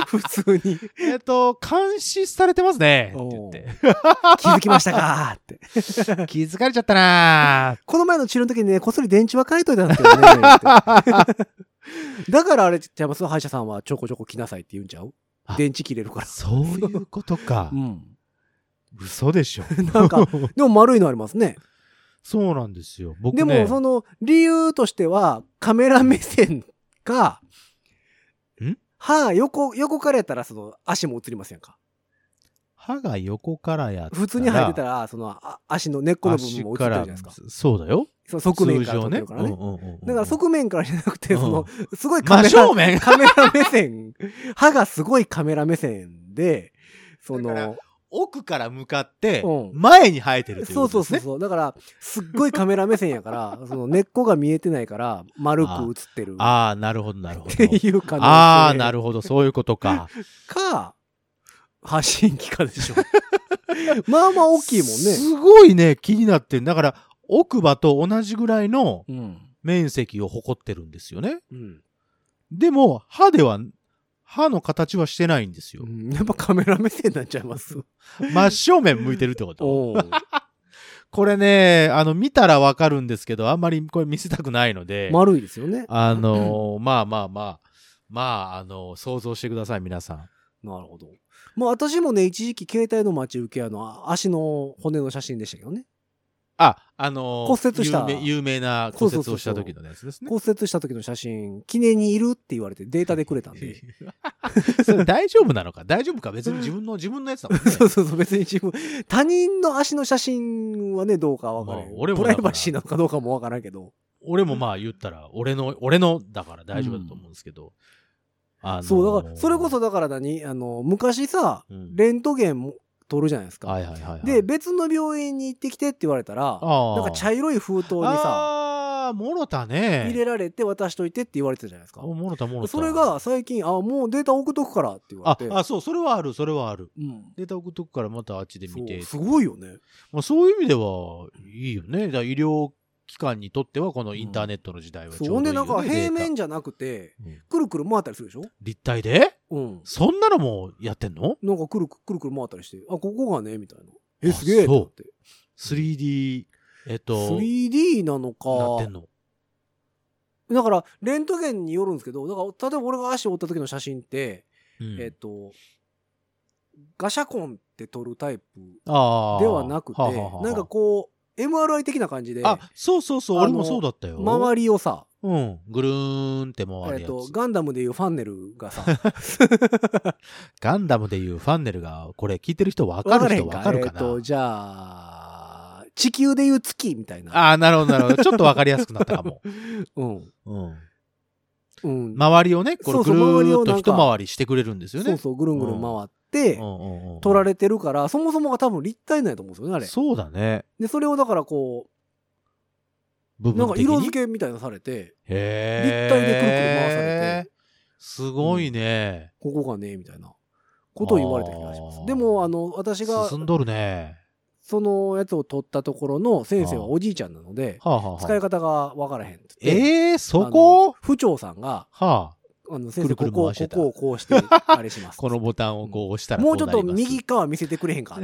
て 普通にえっと、監視されてますね。って言おっうて。気づきましたかって。気づかれちゃったなこの前の治療の時にね、こっそり電池は書いといたんですけどね。 ってだからあれちゃいます歯医者さんはちょこちょこ来なさいって言うんちゃうあ電池切れるから。そういうことかう。ん。嘘でしょ。 なん か、でも丸いのありますね。そうなんですよ。僕でね。も、その理由としては、カメラ目線かん、歯横、横からやったらその足も映りませんか。歯が横からやったら普通に生えてたら、そのあ足の根っこの部分も映ってるじゃないですか。足らそうだよ。その側面から撮通常ってるからね。うんうんうんうんだから側面からじゃなくて、うんその、すごいカ真メラ、正面カメラ目線、歯がすごいカメラ目線で、そだからの、奥から向かってう、ん前に生えてるというそこうとそでうすそうね。そう。だから、すっごいカメラ目線やから、その根っこが見えてないから、丸く映ってる。っああ、なるほど、なるほ ど。ていう可能性ああ、なるほど、そういうことか。か、発信機かでしょ。 まあまあ 大きいもすごいね、気になってんだから、奥歯と同じぐらいのんね。面積を誇ってるんですよね。うん。うんでも、歯では、歯の形はしてないんですよう。ん。やっぱカメラ目線になっちゃいます。真正面向いてるってこと。おう これね、あの、見たらわかるんですけど、あんまりこれ見せたくないので、丸いですよね。あのー、まあまあまあ、まあ、あのー、想像してください、皆さん。なるほど。まあ私もね、一時期携帯の待ち受け屋のあ足の骨の写真でしたけどね。あ、あのー、骨折した有名有名な骨折をした時のやつですね。骨折した時の写真、記念にいるって言われてデータでくれたんで。 それ大丈夫なのか大丈夫か別に自分の、自分のやつだもんね。 そうそうそう、別に自分、他人の足の写真はね、どうかわからへまんあ。俺もプだかラらイバシーなのかどうかもわからんけど。俺もまあ言ったら、俺の、俺のだから大丈夫だと思うんですけど。あのーそう、だから、それこ、そだから何あの、昔さ、うんレントゲンも撮るじゃないですはか。いはいはいはい。で、別の病院に行ってきてって言われたら、あーなんか茶色い封筒にさ、ああ、もろたね。入れられて渡しといてって言われてたじゃないですか。おもろたもろた。それが、最近、あ、もうデータ送っとくからって言わあれ、て。あ、そう、それはある、それはある。うん。データ送っとくからまたあっちで見て。そうすごいよね。まあ、そういう意味では、いいよね。だから医療機関にとっては、このインターネットの時代はちそょうう。ほどいいんよ、ねで、なんか平面デーじゃなくて、タうんくるくる回ったりするでしょ立体でうん。そんなのもやってんのなんかくるくくるくる回ったりして、あ、ここがね、みたいな。あえ、すげえと思って。 ?3D、えっと、 3D なのなってかん。のだから、レントゲンによるんですけど、だから、例えば俺が足を折った時の写真って、うんえっと、ガシャコンって撮るタイプあーではなくてはあはあは、あなんかこう、MRI 的な感じで、あ、そうそうそう、あの俺もそうだったよ。周りをさ、うん、ぐるーんって回えるっやと、つ。ガンダムでいうファンネルがさ、ガンダムでいうファンネルが、これ聞いてる人分かわかるれへ人ん分かかるえかっな。と、じゃあ、地球でいう月みたいな。ああ、なるほど、なるほど。ちょっと分かりやすくなったかも。 うん。うん。うん。周りをね、これそうぐそう周るーっりをとなん一か回りしてくれるんですよそうね。そう、ぐるんぐるん回って、取取られてるから、そもそもが多分立体なんやと思うんですよね、あれ。そうだね。で、それをだからこ部う、なん分か的に。色付けみたいなのされて、へ立体でくるくる回されて。すごいね。ここがね、みたいなことを言われた気がしまあーす。でも、あの、私が、進んどるね。そのやつを取ったところの先生はおじいちゃんなので、はあ、はあはあ、使い方がわからへんって言って。ええー、そこあの府長さんが、はあ。あの、先生、くるくるここを、回してこたこをこうして、あれします。 このボタンをこう押したらもうちょっこなりとます右側見せてくれへんか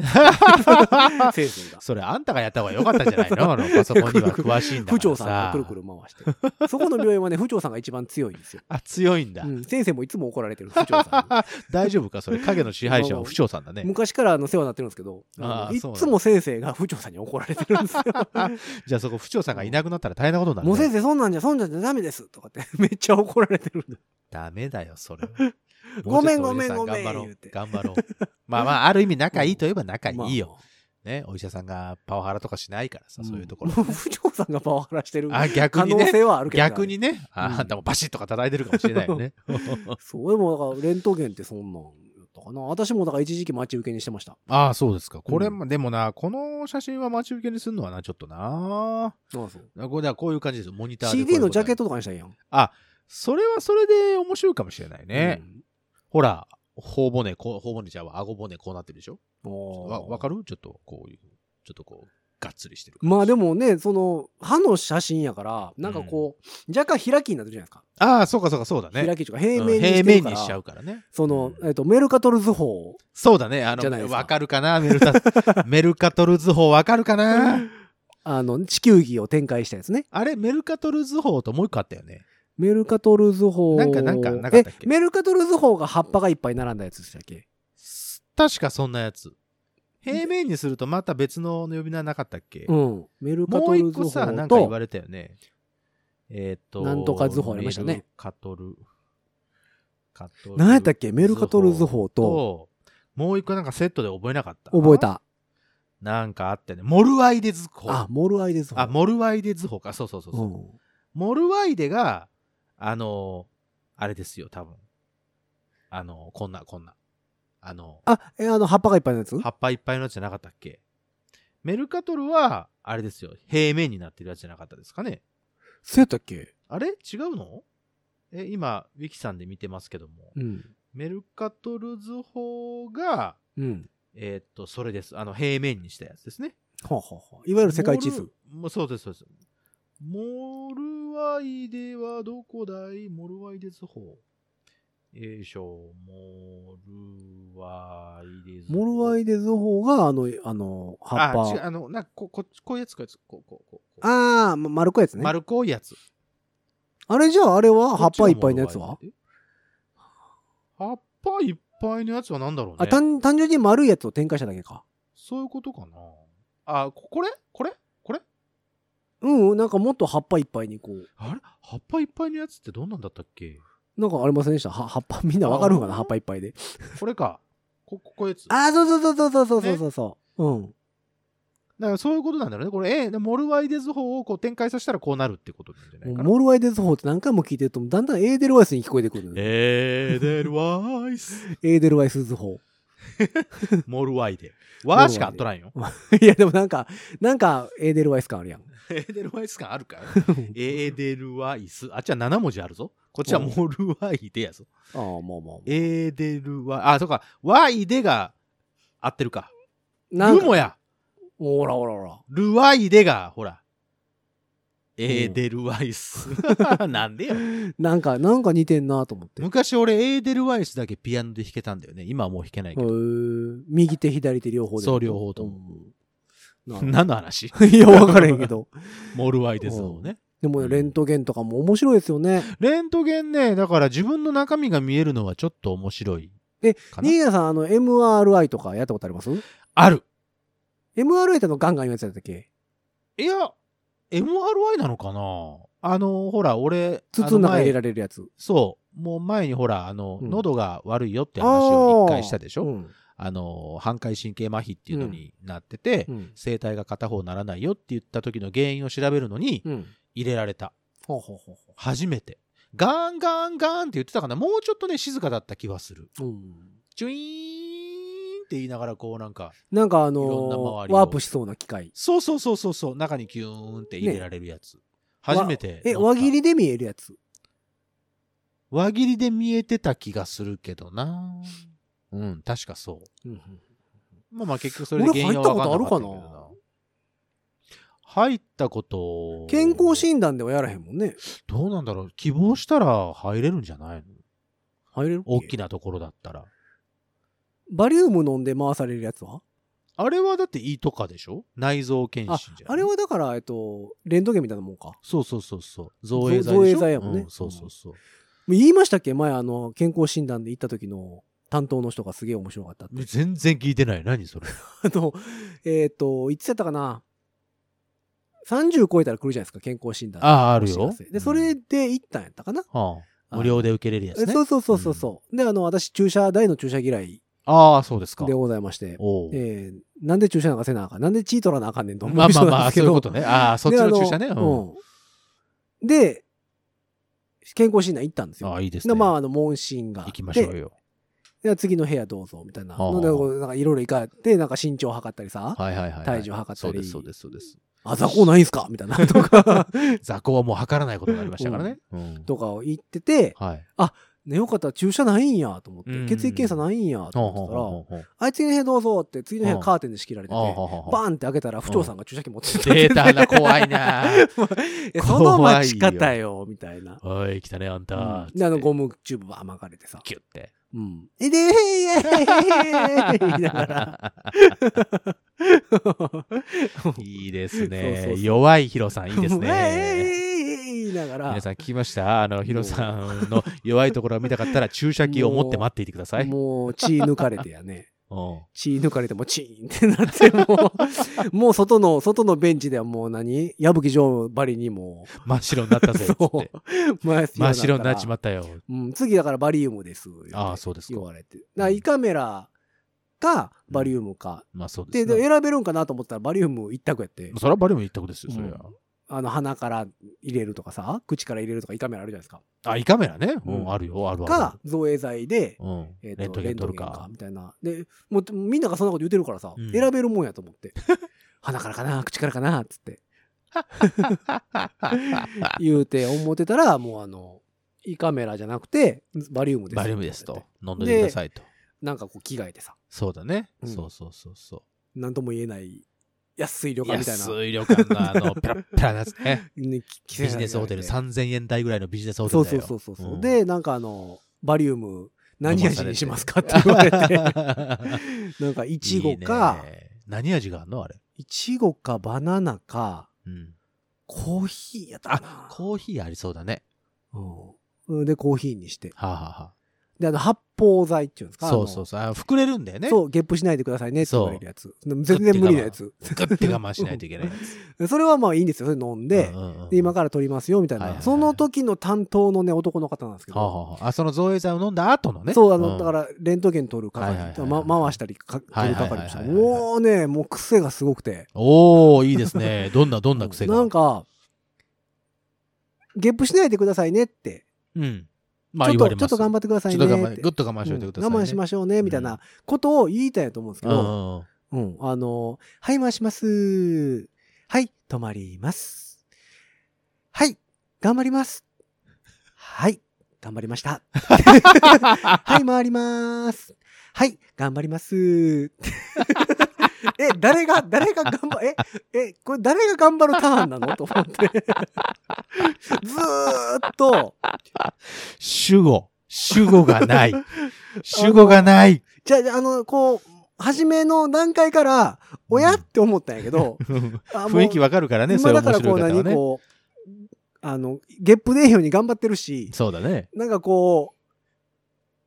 先生が。 それあんたがやった方が良かったんじゃないの あのパソコンには詳しいんだからさ。府長さんがくるくる回して。そこの病院はね、府長さんが一番強いんですよ。あ、強いんだ。うん、先生もいつも怒られてる、府長さんに。大丈夫かそれ影の支配者は不長さんだ ね。昔からあの世話になってるんですけど、あああのいそうなんつだも先生が府長さんに怒られてるんですよ。じゃあそこ不長さんがいなくなったら大変なことになる、ね。もう先生、そんなんじゃ、そんなんじゃダメですとかって、 めっちゃ怒られてるんで。ダメだよ、それ。 ごめんもうちょごめんごっとお医者さめん頑張ろ言ううて。頑張ろう。 まあまあ、ある意味仲いいといえば仲いまあいよ。。ね、お医者さんがパワハラとかしないからさ、そういうと ころ。もう府長さんがパワハラしてるあ、逆可に能ね。性はあるけど、逆にね、あうんあんたもバシッとか叩いてるかもしれない よね。そう、でもだから、レントゲンってそんなんやったかな。私もだから一時期待ち受けにしてました。ああ、そうですか。これうんも、でもな、この写真は待ち受けにするのはな、ちょっとな。ああそうあこれだからこういう感じですよ。モニターでこういう CD のジャケットト。とかにしたらいいやん。それはそれで面白いかもしれないね。うんほら、頬骨、こう頬骨ちゃうわ、顎骨こうなってるでしょおーわわかるちょっとこういう、ちょっとこう、がっつりしてる。まあでもね、その、歯の写真やから、なんかこう、若干開きになってるじゃないですか。ああ、そうかそうかそうだね。開きというか、う平ん面にしてる平から、面にしちゃうからね。その、うんえっと、メルカトル図法そうだね。あじゃないでの、すかわかるかなメル タ、メルカトル図法わかるかなあの、地球儀を展開したやつね。あれ、メルカトル図法ともう一個あったよね。メルカトル図法。なんかなんかなかったっけえメルカトル図法が葉っぱがいっぱい並んだやつでしたっけす確かそんなやつ。平面にするとまた別の呼び名なかったっけ、うん。メルカもトうル一図個法さ、なんか言わと、れたよね。えっ、と、なんとか図法ありましたねメルカトル。カトル何やったっけメルカトル図法と、と、もう一個なんかセットで覚えなかった。覚え。た。なんかあったよね。モルワイデ図法。ああ、、モルアイですわ。モルワイデ図法か。そうそうそうそう、うん。モルワイデが、あのーあれですよ、多分。あのーこんな、こんな。あの、あ、え、あの、葉っぱがいっぱいのやつ葉っぱいっぱいのやつじゃなかったっけメルカトルは、あれですよ。平面になってるやつじゃなかったですかね。そうやったっけあれ違うのえ、今、ウィキさんで見てますけども、うん。メルカトル図法が、うん。えーっと、それです。あの、平面にしたやつですね。ほうほうほう。いわゆる世界地図モ。ル。もうそうです、そうです。モルワイデはどこだいモルワイデ図法。よいしょ、モルワイデ図モルワイイデ図法が、あの、あの、葉っあ、違う、ぱ。あの、なんかこ、こっち、こういうやつ、こういうやつ、こう、こう、こう。こうああ、ま丸っこいやつね。丸っこいやつ。あれじゃあ、あれは葉っぱいっぱこいちのやがつモはルワイデ葉っぱいっぱいのやつはなんだろうあ、ね。単単純に丸いやつを展開しただけか。そういうことかな。あ、ここれこれこれうん、なんかもっと葉っぱいっぱいにこう、あれ葉っぱいっぱいのやつってどんなんだったっけなんかありませんでしたは葉っぱ、みんなわかるんかなあ葉っぱいっぱいで。これか。こ、ここういうやつ。ああ、そうそうそうそうそうそうそうそう。うん。だからそういうことなんだろうね。これ、えー、モルワイデ図法をこう展開させたらこうなるってことなんじゃないかな。モールワイデ図法って何回も聞いてると、だんだんエーデルワイスに聞こえてくる。エーデルワイス。エーデルワイス図法。 モルワイデ。わーしかあっとらんよ。 いや、でもなんか、なんか、エーデルワイス感ある やん。エーデルワイス感あるか エーデルワイス。あっちは7文字あるぞ。こっちはモルワイデやぞ。ああ、まあまあ。エーデルワイ、あ、そうか。ワイデが合ってるか。なんルかも、や。ほらほらほら。ルワイデが、ほら。エーデルワイス。 なんでよ。なんか、なんか似てんなと思って。へ昔俺、エーデルワイスだけピアノで弾けたんだよね。今はもう弾けないけど。ー右手、左手両方で。そう両方とも。なる何の話ほどいや、わからへ んけど。モルワイデ図法ね。でもね、レントゲンとかも面白いですよね。レントゲンね、だから自分の中身が見えるのはちょっと面白い。えかなニーナさん、あの、MRI とかやったことありますある。 ?MRI ってあのガンガン言うやつやったっけいや、MRI なのかなあの、ほら、俺、筒の中あに入前れられるやつ。そう、もう前にほら、あの、うん喉が悪いよって話を一回したでしょ、うんあの、半回神経麻痺っていうのになってて、うん。声帯が片方ならないよって言った時の原因を調べるのにうん。入れられた。ほうほうほうほ初めて。ガンガンガンって言ってたかなもうちょっとね、静かだった気はする。う。うん。チュイーンって言いながらこうなんか、なんかあのいろんなー周りをワープしそうな機械。そうそうそうそうそう、中にキューンって入れられるやつ。初めて乗った。え、輪切りで見えるやつ。輪切りで見えてた気がするけどな。うん、確かそう。まあまあ結局それで俺原因は分かんなかったけ入ったことあるどな。入ったこと健康診断ではやらへんもんね。どうなんだろう希望したら入れるんじゃないの入れるっけ大きなところだったら。バリウム飲んで回されるやつはあれはだって胃とかでしょ内臓検あ診じゃん。あれはだから、えっと、レントゲンみたいなもんか。もそうそうそうそう。造影剤でしょ造影剤やもんねうそうそうそう。う言いましたっけ前、あの、健康診断で行った時の担当の人がすげえ面白かったって。全然聞いてない。何それ。 あの、えっと、いつやったかな ?30 超えたら来るじゃないですか、健康診断。ああ、あるおよ知らせ。で、それで行ったんやったかな、うん、はあ、無料で受けれるやつえねそ。うそうそうそうそう。で、あの、私、注射、大の注射嫌いああ、そうですかで。ございまして、おうえーなんで注射なんかせなあかん、なんで血取らなあかんねんと思まあまあ人なんまであ、すけそうどいうことね。あ あ、そっちの注射ね。であうん。のうんで、健康診断行ったんですよ。ああ、いいですでね。まあ、あ、あの、問診があっ行て。きましょうよ。で次の部屋どうぞ、みたいな。ああのでこうなんかいろいろ行かれて、なんか身長測ったりさ、はいはいはいはい。体重測ったりそうです、そうです、そうあざこうないんすかみたいな。 とか、です。雑魚はもう測らないことになりましたからね。うんとかを言ってて、はい。ね、よかったら注射ないんや、と思って。うんうんうん血液検査ないんや、とほう思ほってうたら、ほうほうあい次の部屋どうぞって、次の部う屋んカーテンで仕切られてああて、ほうほうほうバーンって開けたら、不長さんが注射器持ってた。出たな、怖いな。えその待ち方よ、みたいな。おい、来たね、あんた。うんつってで、あの、ゴムチューブばー巻かれてさ。キュッて。うん。えで、へいえへ い言いながら。 いいですそうそうそね。う弱いヒロさん、いいです ええね。ええ言いながら。皆さん聞きましたあの、ヒロさんの弱いところが見たかったら注射器を持って待っていてください。もう血抜かれてやね。うん血抜かれてもチーンってなって、もう、もう外の、外のベンチではもう何矢吹城ばりにも真っ白になったぜ、つっそて。う、真真っ白になっちまっったよ。うん、次だからバリウムです。ああ、そうです言か。われて。だから胃カメラか、バリウムか。まあそうでで、すでね。選べるんかなと思ったらバリウム一択やってそ。れはバリウム一択ですよ、それうは。あの鼻から入れるとかさ口から入れるとか胃カメラあるじゃないですかあ、胃カメラね。ううんん、あるよ、あるある。が造影剤で、うん、えーレとントゲン撮るレントゲかン。みたいなでもうみんながそんなこと言ってるからさ、うん選べるもんやと思って 鼻からかな口からかなっつっ て言うて思ってたらもうあの胃カメラじゃなくてバリウムですバリウムですと。飲んでくださいと。なんかこう着替えてさそうだね。うんそうそうそうそ何とも言えない安い旅う。館みたいな安い旅館の あの、ペラッペラなやつね。ねき着せらビれジてネスホテル3000円台ぐらいのビジネスホテそルうだそうよ。そうそうそう、ん、でなんかあのバリウム何味にしますかって飲言わまれされて てなんかいちごかいいね何味があんのあれ。いちごかバナナかうん。コーヒーやったかあな、コーヒーありそうだね。うん、でコーヒーにしてはあ、はであの発泡剤っていうんですあかはあ、そうそうそう。あ膨れるんだよね。そうゲップしないでくださいねって言われるやつでも全然無理なやつグッて我慢しないといけないやつ。それはまあいいんですよそれ飲ん で,、うんうんうんで今から取りますよみたいな、はいはいはいその時の担当のね男の方なんですけど、はあはあはああ、その造影剤を飲んだ後のね。、そう、あの、だからら、レントゲン取るはいはい係、はいはいま回したりか、取る係もした。はいはいはいはいはいもうね、もう癖がすごくて。おー、いいで すね。どんな、どんな癖が。なん、か、ゲップしないでくださいねって。うん。まあちょっ言わと、れちょまっす。と頑張ってくださいちねょっっとて。我慢、ぐっと我慢しといてください、ねうん我慢しましょうね、みたいなことを言いたいと思うんですけうんど、うんうんうん、あの、はい、回します。はい、止まります。はい、頑張ります。はい、頑張りま した。はい、回ります。はい、頑張ります。え、誰が、誰が頑張、え、え、これ誰が頑張るターンなのと思って。ずーっと、主語。主語 がない。主語がない。じゃあじゃあ、あの、こう、初めの段階から、おやって思ったんやけど、あもう雰囲気わかるからね、そ今れだ面からこ白うい方は何ね。こう、あの、ゲップ出えへんように頑張ってるし、そうだね。なんかこう、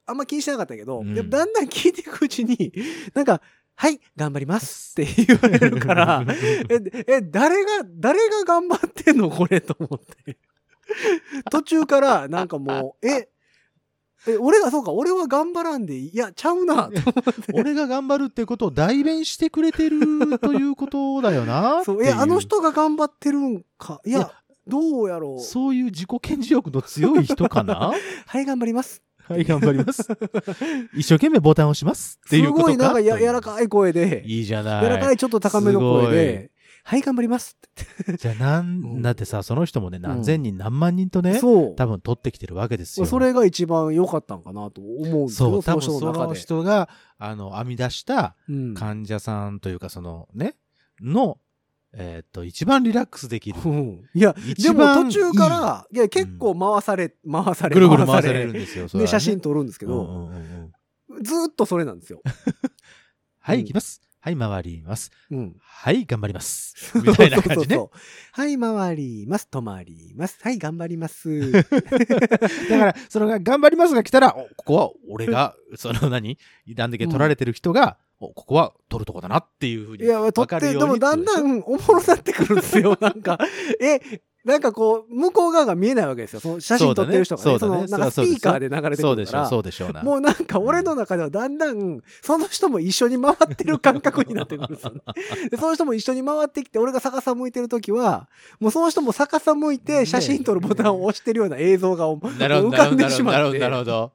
あんま気にしてなかったんやけど、うん、でもだんだん聞いていくうちに、 なんか、はい、頑張りますって言われるから え、え、誰が、誰が頑張ってんのこれと思 って。途中から、なんかもう、え、え、俺が、そうか、俺は頑張らんでいい。いや、ちゃう な、と俺が頑張るってことを代弁してくれてるということだよな。 そっう、ていいうや、あの人が頑張ってるんか。いいやや、どうやろう。そういう自己顕示欲の強い人かな はい、頑張ります。はい、頑張ります。 一生懸命ボタンを押します。っていすうことごかい、なんかや、柔らい。かい声で、いいじゃない。柔らかい、ちょっと高めの声で、はい、頑張りますってじゃあ、なうんん、だってさ、その人もね、何千人、何万人とね、そう。多分取ってきてるわけですよ。それが一番良かったんかなと思うんですけそど、う、多分人その中ので。人が、あの、編み出したうん患者さんというか、そのね、の、えーっと、一番リラックスできる。うんいや、で一も番途中から、いや、結構回され、回され、ぐるぐる回されるんですよ、それで、はね写真撮るんですけうんど、うんうんうんずーっとそれなんですよ。はうい、ん行きます。はい、回ります。うん。はい、頑張り ます。みたいそ。な感じねうそうそうはい、回ります。止まります。はい、頑張ります。だから、その、頑張りますが来たら、おここは俺が、 その何、なんだっけ、取られてる人が、おここは取るとこだなっていうふうに。いや、撮っわかるて、ようでもにだんだってんおもろなってくるんですよ。なんか、え、なんかこう、向こう側が見えないわけですよ。その写真撮ってる人がね。そうそだねの、なんかスそうだねピーカーで流れてそうくでるしかょう、らそ。うでしょうな。もうなんか俺の中ではだんだん、その人も一緒に回ってる感覚になってくるんですよね、でその人も一緒に回ってきて、俺が逆さ向いてる時は、もうその人も逆さ向いて写真撮るボタンを押してるような映像がお なるほど、浮かんなでるしほど、まなるっほてど、なるほど。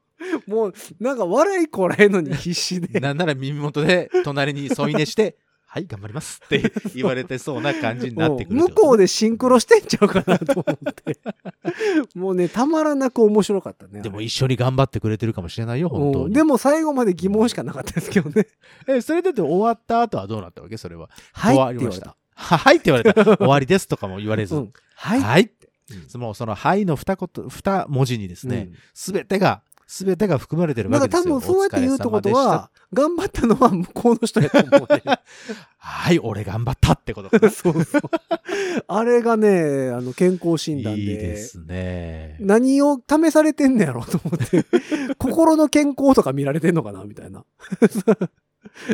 もう、なんか笑いこらえんのに必死で。なんなら耳元で隣に添い寝して、はい、頑張りますって言われてそうな感じになってくるもっうて向とこうでシンクロしてんちゃうかなと思って。 もうね、たまらなく面白かったね。でもい一緒に頑張ってくれてるかもしれないよ、本当に。でも最後まで疑問しかなかったですけどね。え、それだって終わった後はどうなったわけそれは。はい終わってり言まわれしたた。。 ははいって言われた。終わりですとかも言われず。うんはい。はいって。その、その、はいの二言、二文字にですね、すべてが、すべてが含まれてうるんだわかけらですよ多。分そうやって言うってことお疲れ様は、頑張ったのは向こうの人やと思うね、 でした、はい、俺頑張ったってこと かなそうそう。あれがね、あの、健康診断で。いいですね。何を試され てんねやろと思って、心の健康とか見られてんのかなみたいな。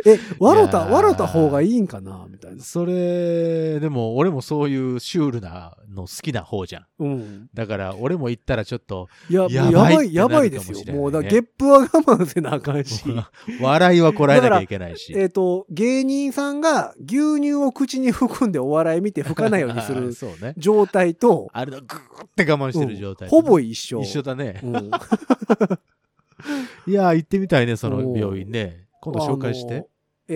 え、笑った、いやー笑った方がいいんかなみたいな。それ、でも俺もそういうシュールなの好きな方じゃん。うん。だから俺も行ったらちょっ と、いや、ややばいばい、やばいってなるかでもしすれないねよ。もう、だからゲップは我慢せなあかん し。笑いはこらえなきゃいけないし。えっ、と、芸人さんが牛乳を口に含んでお笑い見て吹かないようにすあるそうね。状態と、あれだ、ぐーって我慢してる状態。ほぼ一緒。一緒だね。うんいやー、行ってみたいね、そおのー病院ね。 今度紹介しあての。。え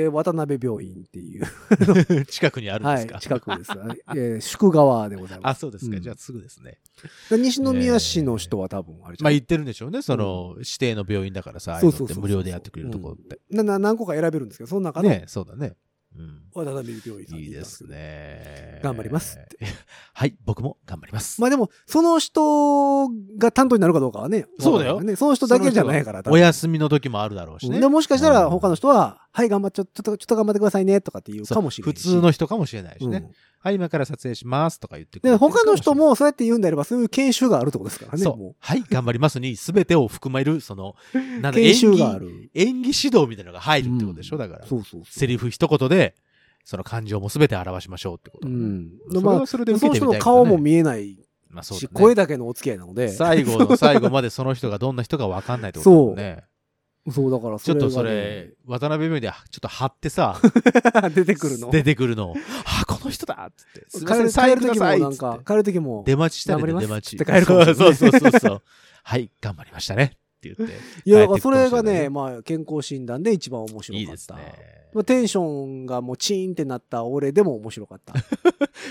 ー渡辺病院っていう、近くにあるんではいすか、。近くです。えー宿川でございまあ、す。そうですか。うんじゃあすぐですね。西宮市の人は多分、あれじゃまなあい行ってるんでしょうね。その、指定の病院だからさ、ああいそううのそっうてそうそう無料でやってくれるところって。なな何個か選べるんですけど、その中のね、そうだね。うん。渡辺病院さんいに行いったんですけど。ね。頑張りますっ。はい、僕も頑張ります。まあでも、その人が担当になるかどうかはね、そうだよわからないからねその人だけじゃないから、多お分休みの時もあるだろうしね。でもしかしたうらん他の人は、はい、頑張っちょっと、ちょっと頑張ってくださいね、とかって言うそうかもしれな普いし。通の人かもしれないしうんね。はい、今から撮影しますとか言ってくれてで、るかもし他れなのい人、もそうやって言うんであれば、そういう研修があるってことですからね、そうも。はい、頑張りま すに、すべてを含まれる、その、なう。んだ研修があ演技る。演技指導みたいなのが入るってことでしょ、うんだから。そうそうそう。セリフ一言で、その感情もすべて表しましょうってことうだね。ん。そでれまはあ、それでで受そけの人のてみたいけどね顔も見えないまあそうし、だね声だけのお付き合いなので、 最後の最後までその人がどんな人か分かんないってことだもんね。そうだからちょっとそがねれ、渡辺病院でちょっと貼ってさ、 出てくるの。出てくるのを。あ、この人だっつって。すいま帰せん、るサインくだ時もさいっなんつっかて、。帰る時も、出待ちしたりね、頑張出ります待ち。って帰るかもしれないそうそうそうそうそう。はい、頑張りましたね。って言って。いや、だからそれが帰ってね、いくかまあ、健康診断で一番面白かった。いいですね。まあ、テンションがもうチーンってなった俺でも面白かった。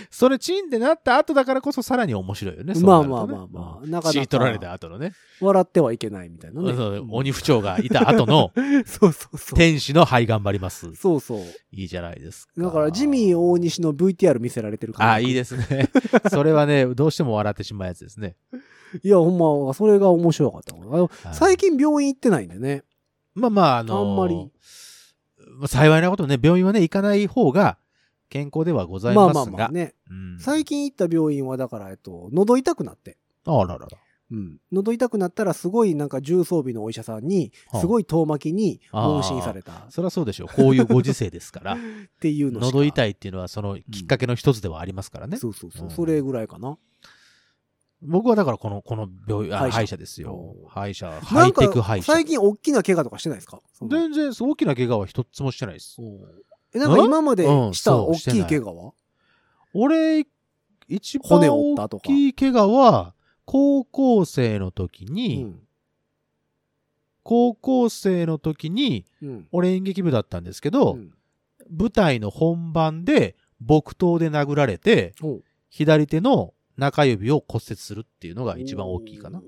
それチンってなった後だからこそさらに面白いよね。まあそうなるとねまあまあまあなかなか血取られた後のね。笑ってはいけないみたいなね。そう鬼不調がいた後の そうそうそう。天使のはい頑張ります。そうそう。いいじゃないですか。だから、ジミー大西の VTR 見せられてるから。あ、いいですね。 それはね、どうしても笑ってしまうやつですね。いや、ほんま、それが面白かったな。あのはい最近病院行ってないんでね。まあまあ、あのーあんまりまあ幸いなことね、病院はね、行かない方が健康ではございまあますが。まあまあね。うん最近行った病院は、だから、えっと、喉痛くなって。あららら。うん、喉痛くなったらすごいなんか重装備のお医者さんにはあすごい遠巻きにあー問診されたっそりゃそうでしょう。こういうご時世ですから。ていうのしか喉痛いっていうのは、そのきっかけの一つではありますからね。そうそうそう、うんそれぐらいかな僕はだからこの、この病院、あ歯医者歯医者ですよ。歯医者、ハなイんテかク歯医者。最近大きな怪我とかしてないですかその全然大きな怪我は一つもしてないです。えなんか今までうんしたそう大してきないい怪我は俺、一番骨折った大とかきい怪我は、高校生の時うに、ん高校生の時に、うん俺演劇部だったんですけど、うん舞台の本番で木刀で殴られて、ほう左手の中指を骨折するっていうのが一番大きいかな。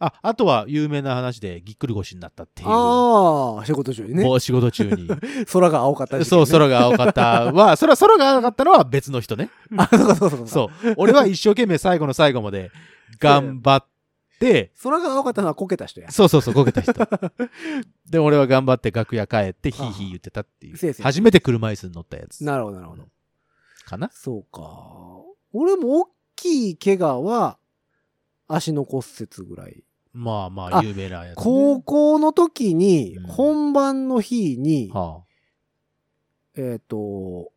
あ、あとは有名な話でぎっくり腰になったっていう。ああ仕事中にねもう仕事 中に。空が青かった時期ねそう、空が青かったは、それは空が青かったのは別の人ね。あそうかそうかそうかそう。俺は一生懸命最後の最後 まで頑張って、空が青かったのはこけた人やそうそうそう、こけた人。 で、俺は頑張って楽屋帰って、ヒーヒー言ってたっていせうい。せい初めて車椅子に乗ったやつなるほどなるほどかな。そうか俺も大きい怪我は足の骨折ぐらいまあまあ、あ有名なやつね。高校の時にうん本番の日に、はえっ、と、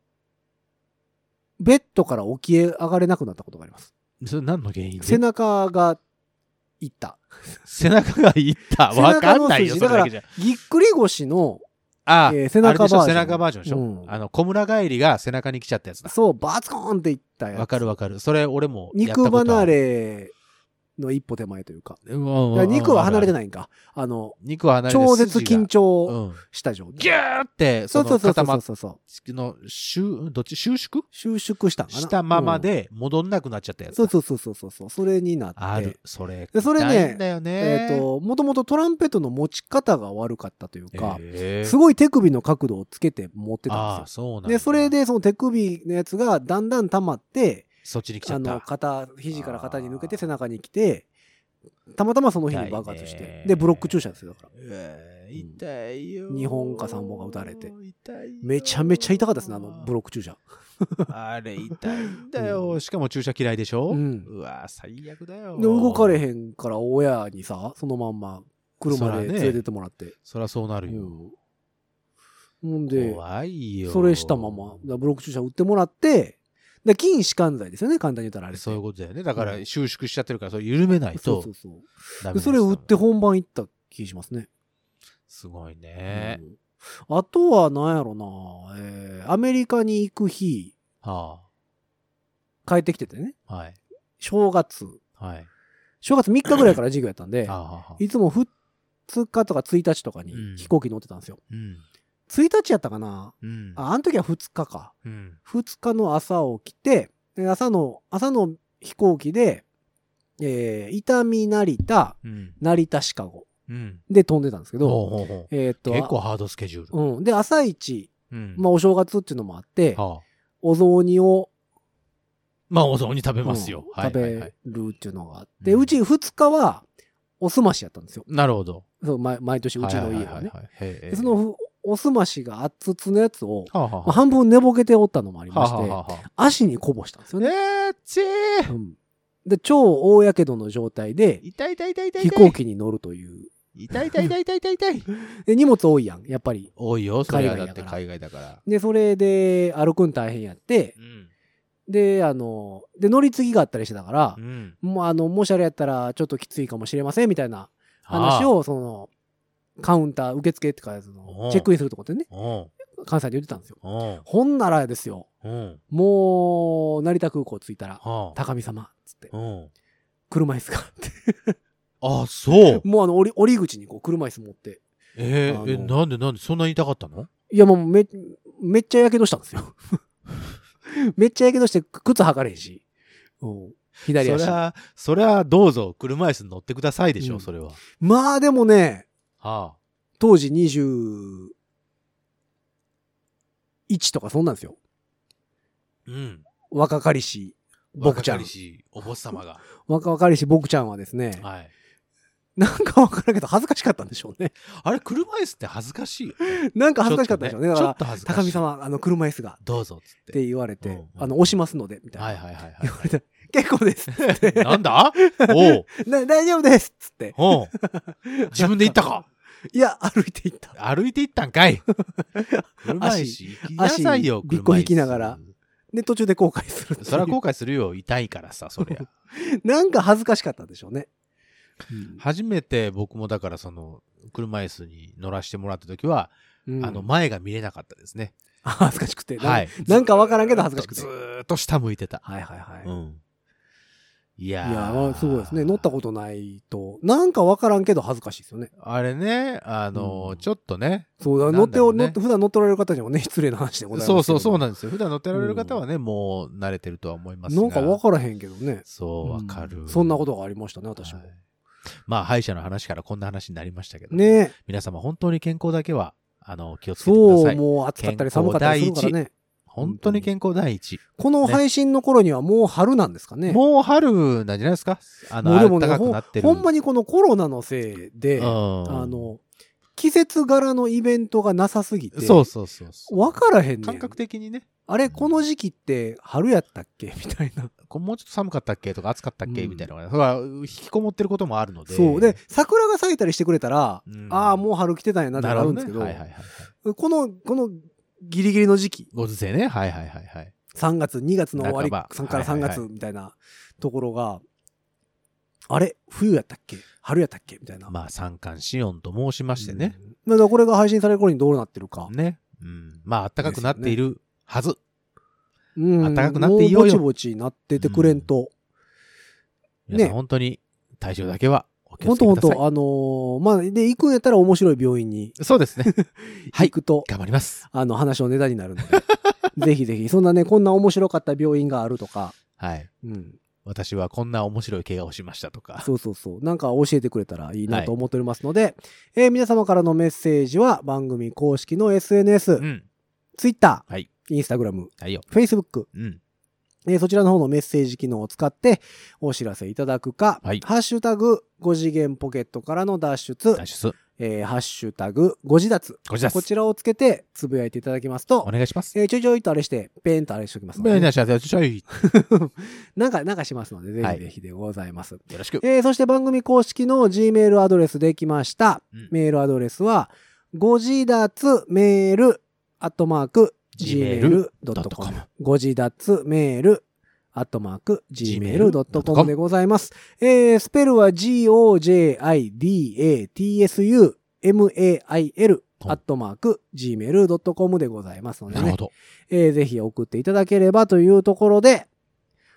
ベッドから起き上がれなくなったことがあります。あ、それ何の原因背中が、いった。背中がいった。背わ中かのんないよ、筋それだけじゃ。ぎっくり腰の、ああ、えー背中バージョンあれでしょ背中バージョンでしょ、うんあの、小村帰りが背中に来ちゃったやつだ。そう、バツコーンっていったやつわかるわかる。それ、俺もやったこ肉とある。離れの一歩手前というか。うん。うんだから肉は離れてない。ないんか。あの、肉は離れて超絶緊う張ん。した状態。ギューって、そそうそのうそう固まそうっそうそう。の、収どっち収縮収縮したんかな。したままうん、で戻んなくなっちゃったやつだ。そうそうそうそうそうそう。それになって。ある。それ。でそれね痛いんだよね。えっ、と、もともとトランペットの持ち方が悪かったというか、えー、すごい手首の角度をつけて持ってたんああ、ですそうなんよ。だで、それ、でその手首のやつがだんだん溜まって、そっちに来ちゃあった。の、肩、肘から肩に抜けて背中に来て、たまたまその日に爆発し痛いねて、で、ブロック注射ですよ、だから。えー痛いよ。二本か三本か打たれて痛いよ。めちゃめちゃ痛かったですね、あの、ブロック注射。あれ痛いんだよ。しかも注射嫌いでしょ、うんわ最悪だよ。で、動かれへんから親にさ、そのまんま車そらでね連れてってもらって。そりゃそうなるうよ。んほんで、怖いよ。それしたまま、だからブロック注射打ってもらって、だから筋弛緩剤ですよね、簡単に言ったらあれって。そういうことだよね。だかうら収縮しちゃってるから、それ緩めないそとうそうそうダでメですそよれ打って本番行った気しますね。すごいね。うんあとは何やろな、えーアメリカに行く日、は帰ってきててね、あ。はい。正月、はい。正月3日ぐらいから授業やったんで あ、あはあはあ。いつも2日とか1日とかにうん飛行機乗ってたんですよ。うん。 1日やったかなうん。あ、あの時は2日か。うん。 2日の朝起きて、で朝の、朝の飛行機で、えー伊丹成田、うん。成田シカゴうん。で飛んでたんですけほど、うほうほうえーっと、結構ハードスケジュール。うん。で、朝一、うんまあ、お正月っていうのもあって、はあ。お雑煮を、まあ、お雑煮食べますう。よんはい食べはいはいるっていうのがあって、うんうち2日は、おすましやったんですよ。なるほど。そう毎毎年、うちの家はね。ねでその、、ふおすましが熱々のやつを、はあはまあ、半分寝ぼけておったのもありあ、まはしあて、はあはあはあ。足にこぼしたんですよね。えー、ちーうんで、超大やけどの状態で、痛い痛い痛い痛い。飛行。機に乗るという。痛い痛い痛い痛い痛い痛い。で、荷物多いやん、やっぱり。多いよ、それは海だ外っだてから海外だから。で、それで、歩くん大変やってう、ん。で、あの、で、乗り継ぎがあったりしてたからう、ん。もうあの、もしあれやったらちょっときついかもしれませんみたいな話はを、その、カウンター、受付ってか、そおのう、チェックインするとこってね、あ。うん。関西で言ってたんですよ。うん。ほんならですよ、うん。もう、成田空港着いたら、はあ。高見様、つって、うん。車椅子があって、あ、そう。 もうあの、折り折り口にこう、車椅子持って、えあー、のえ、なんでなんでそんなに痛かったのいやもうめ、めっちゃやけどしたんですよ。 めっちゃやけどして、靴履かれへんし、うん左そ足り。ゃ、そりゃ、どうぞ、車椅子に乗ってくださいでしうょ、んそれは。まあでもね、は当時21とかそんなんですよ。あ。うん。若かりし、僕ちゃん若かり。しお坊様が。若かりし、僕ちゃんはですね、はい。なんかわからんけど恥ずかしかったんでしょうね。あれ、車椅子って恥ずかしいよ。なん か恥ずかしかったんでしょうね。だちかょっら、と恥ずかしい。高見。様、あの、車椅子が、どうぞ、つっってて。言われうんてうん、あの、押しますので、みたいな。はいはいはい言はわれて、結構です。 い。なんだおう。な大丈夫ですっつって。おう。自分で行ったか。いや、歩いていった。歩いて行ったんかい。車椅子行きなさいよ、足車椅びっこ子。引きながら。で、途中で後悔するっていう。そりゃ後悔するよ、痛いからさ、そり ゃ。なんか恥ずかしかったんでしょうね。うん初めて僕もだからその、車椅子に乗らせてもらった時は、うんあの、前が見れなかったですね。あ恥ずかしくて。なんかはい。なんかわからんけど恥ずかしくてずーっと下向いてた。はいはいはい。ういん。いややーー、すごいですね。乗ったことないと、なんかわからんけど恥ずかしいですよね。あれね、あのうー、んちょっとね。そうだ、な乗んっだてろうお、ね乗って、普段乗っておられる方にもね、失礼な話でございますけそど。うそうそうなんですよ。普段乗ってられる方はね、もう慣れてるとは思いますが。なんかわからへんけどね。そう、わかる、うそんなことがありましたね、私もは。いまあ、歯医者の話からこんな話になりましたけど、ね皆様本当に健康だけは、あの、気をつけてくだそさう、い。もう暑かったり寒かったりするからね。本当に健康第一。この配信の頃にはもう春なんですかね。もう春なんじゃないですかあの、もうでも暖ねかくなってる。ほんまにこのコロナのせいで、うんあの、季節柄のイベントがなさすぎて、そうそうそうそう。わからへんね感ん。覚的にね、あれ、この時期って春やったっけ みたいな。こうもうちょっと寒かったっけとか暑かったっけ、うんみたいなのがね、それは引きこもってることもあるので。そう。で、桜が咲いたりしてくれたら、うんああ、もう春来てたんやなってななるほるどんですね。けど、はいはいはいはい。この、このギリギリの時期、ご時世ね。はいはいはいはい。 3月、2月の終わり、半ば3からは3いはいはい月みたいなところが、あれ冬やったっけ春やったっけみたいな。まあ、三寒四温と申しましてね。うん。だからこれが配信される頃にどうなってるか。ね。うん。まあ、暖かくなっているはず。うん暖かくなっていようよもぼちぼちなっててくれんと。皆さんね本当に体調だけはお気を本つけ当く本ださい。当あのーまあ、で、行くんやったら面白い病院にそうですね。はい行。くと、頑張ります。あの、話のネタになるので。ぜひぜひ、そんなね、こんな面白かった病院があるとか、はい。うん。私はこんな面白い怪我をしましたとか。そうそうそう。なんか教えてくれたらいいなと思っておりますので、えー皆様からのメッセージは番組公式の SNS、うん。 Twitter、はい。 Instagram、はいよ。 Facebook、うん。えーそちらの方のメッセージ機能を使ってお知らせいただくか、はいハッシュタグ5次元ポケットからの脱出、脱出。えーハッシュタグ5次脱、こちらでこす。ちらをつけてつぶやいていただきますとお、願いします。えーちょいちょいとあれして、ペンとあれしておきますのベで、ーナシャちょい。なんか、なんかしますので、ぜはいひぜひでございます。よろしく。えーそして番組公式の Gmail アドレスできました。うんメールアドレスは、ご自立メールアットマーク、 gmail.com gmail.com。ご自立メール、アットマーク、gmail.com でございます。えー、スペルは g-o-j-i-d-a-t-s-u-m-a-i-l、アットマーク、gmail.com でございますのでなるねほ。ど。えー、ぜひ送っていただければというところで、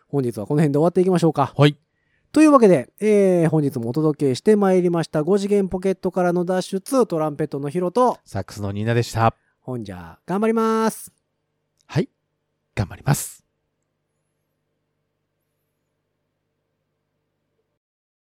本日はこの辺で終わっていきましょうか。はい。というわけで、えー、本日もお届けしてまいりました5次元ポケットからの脱出、トランペットのヒロと、サックスのニーナでした。ほんじゃ、頑張ります。はい。頑張ります。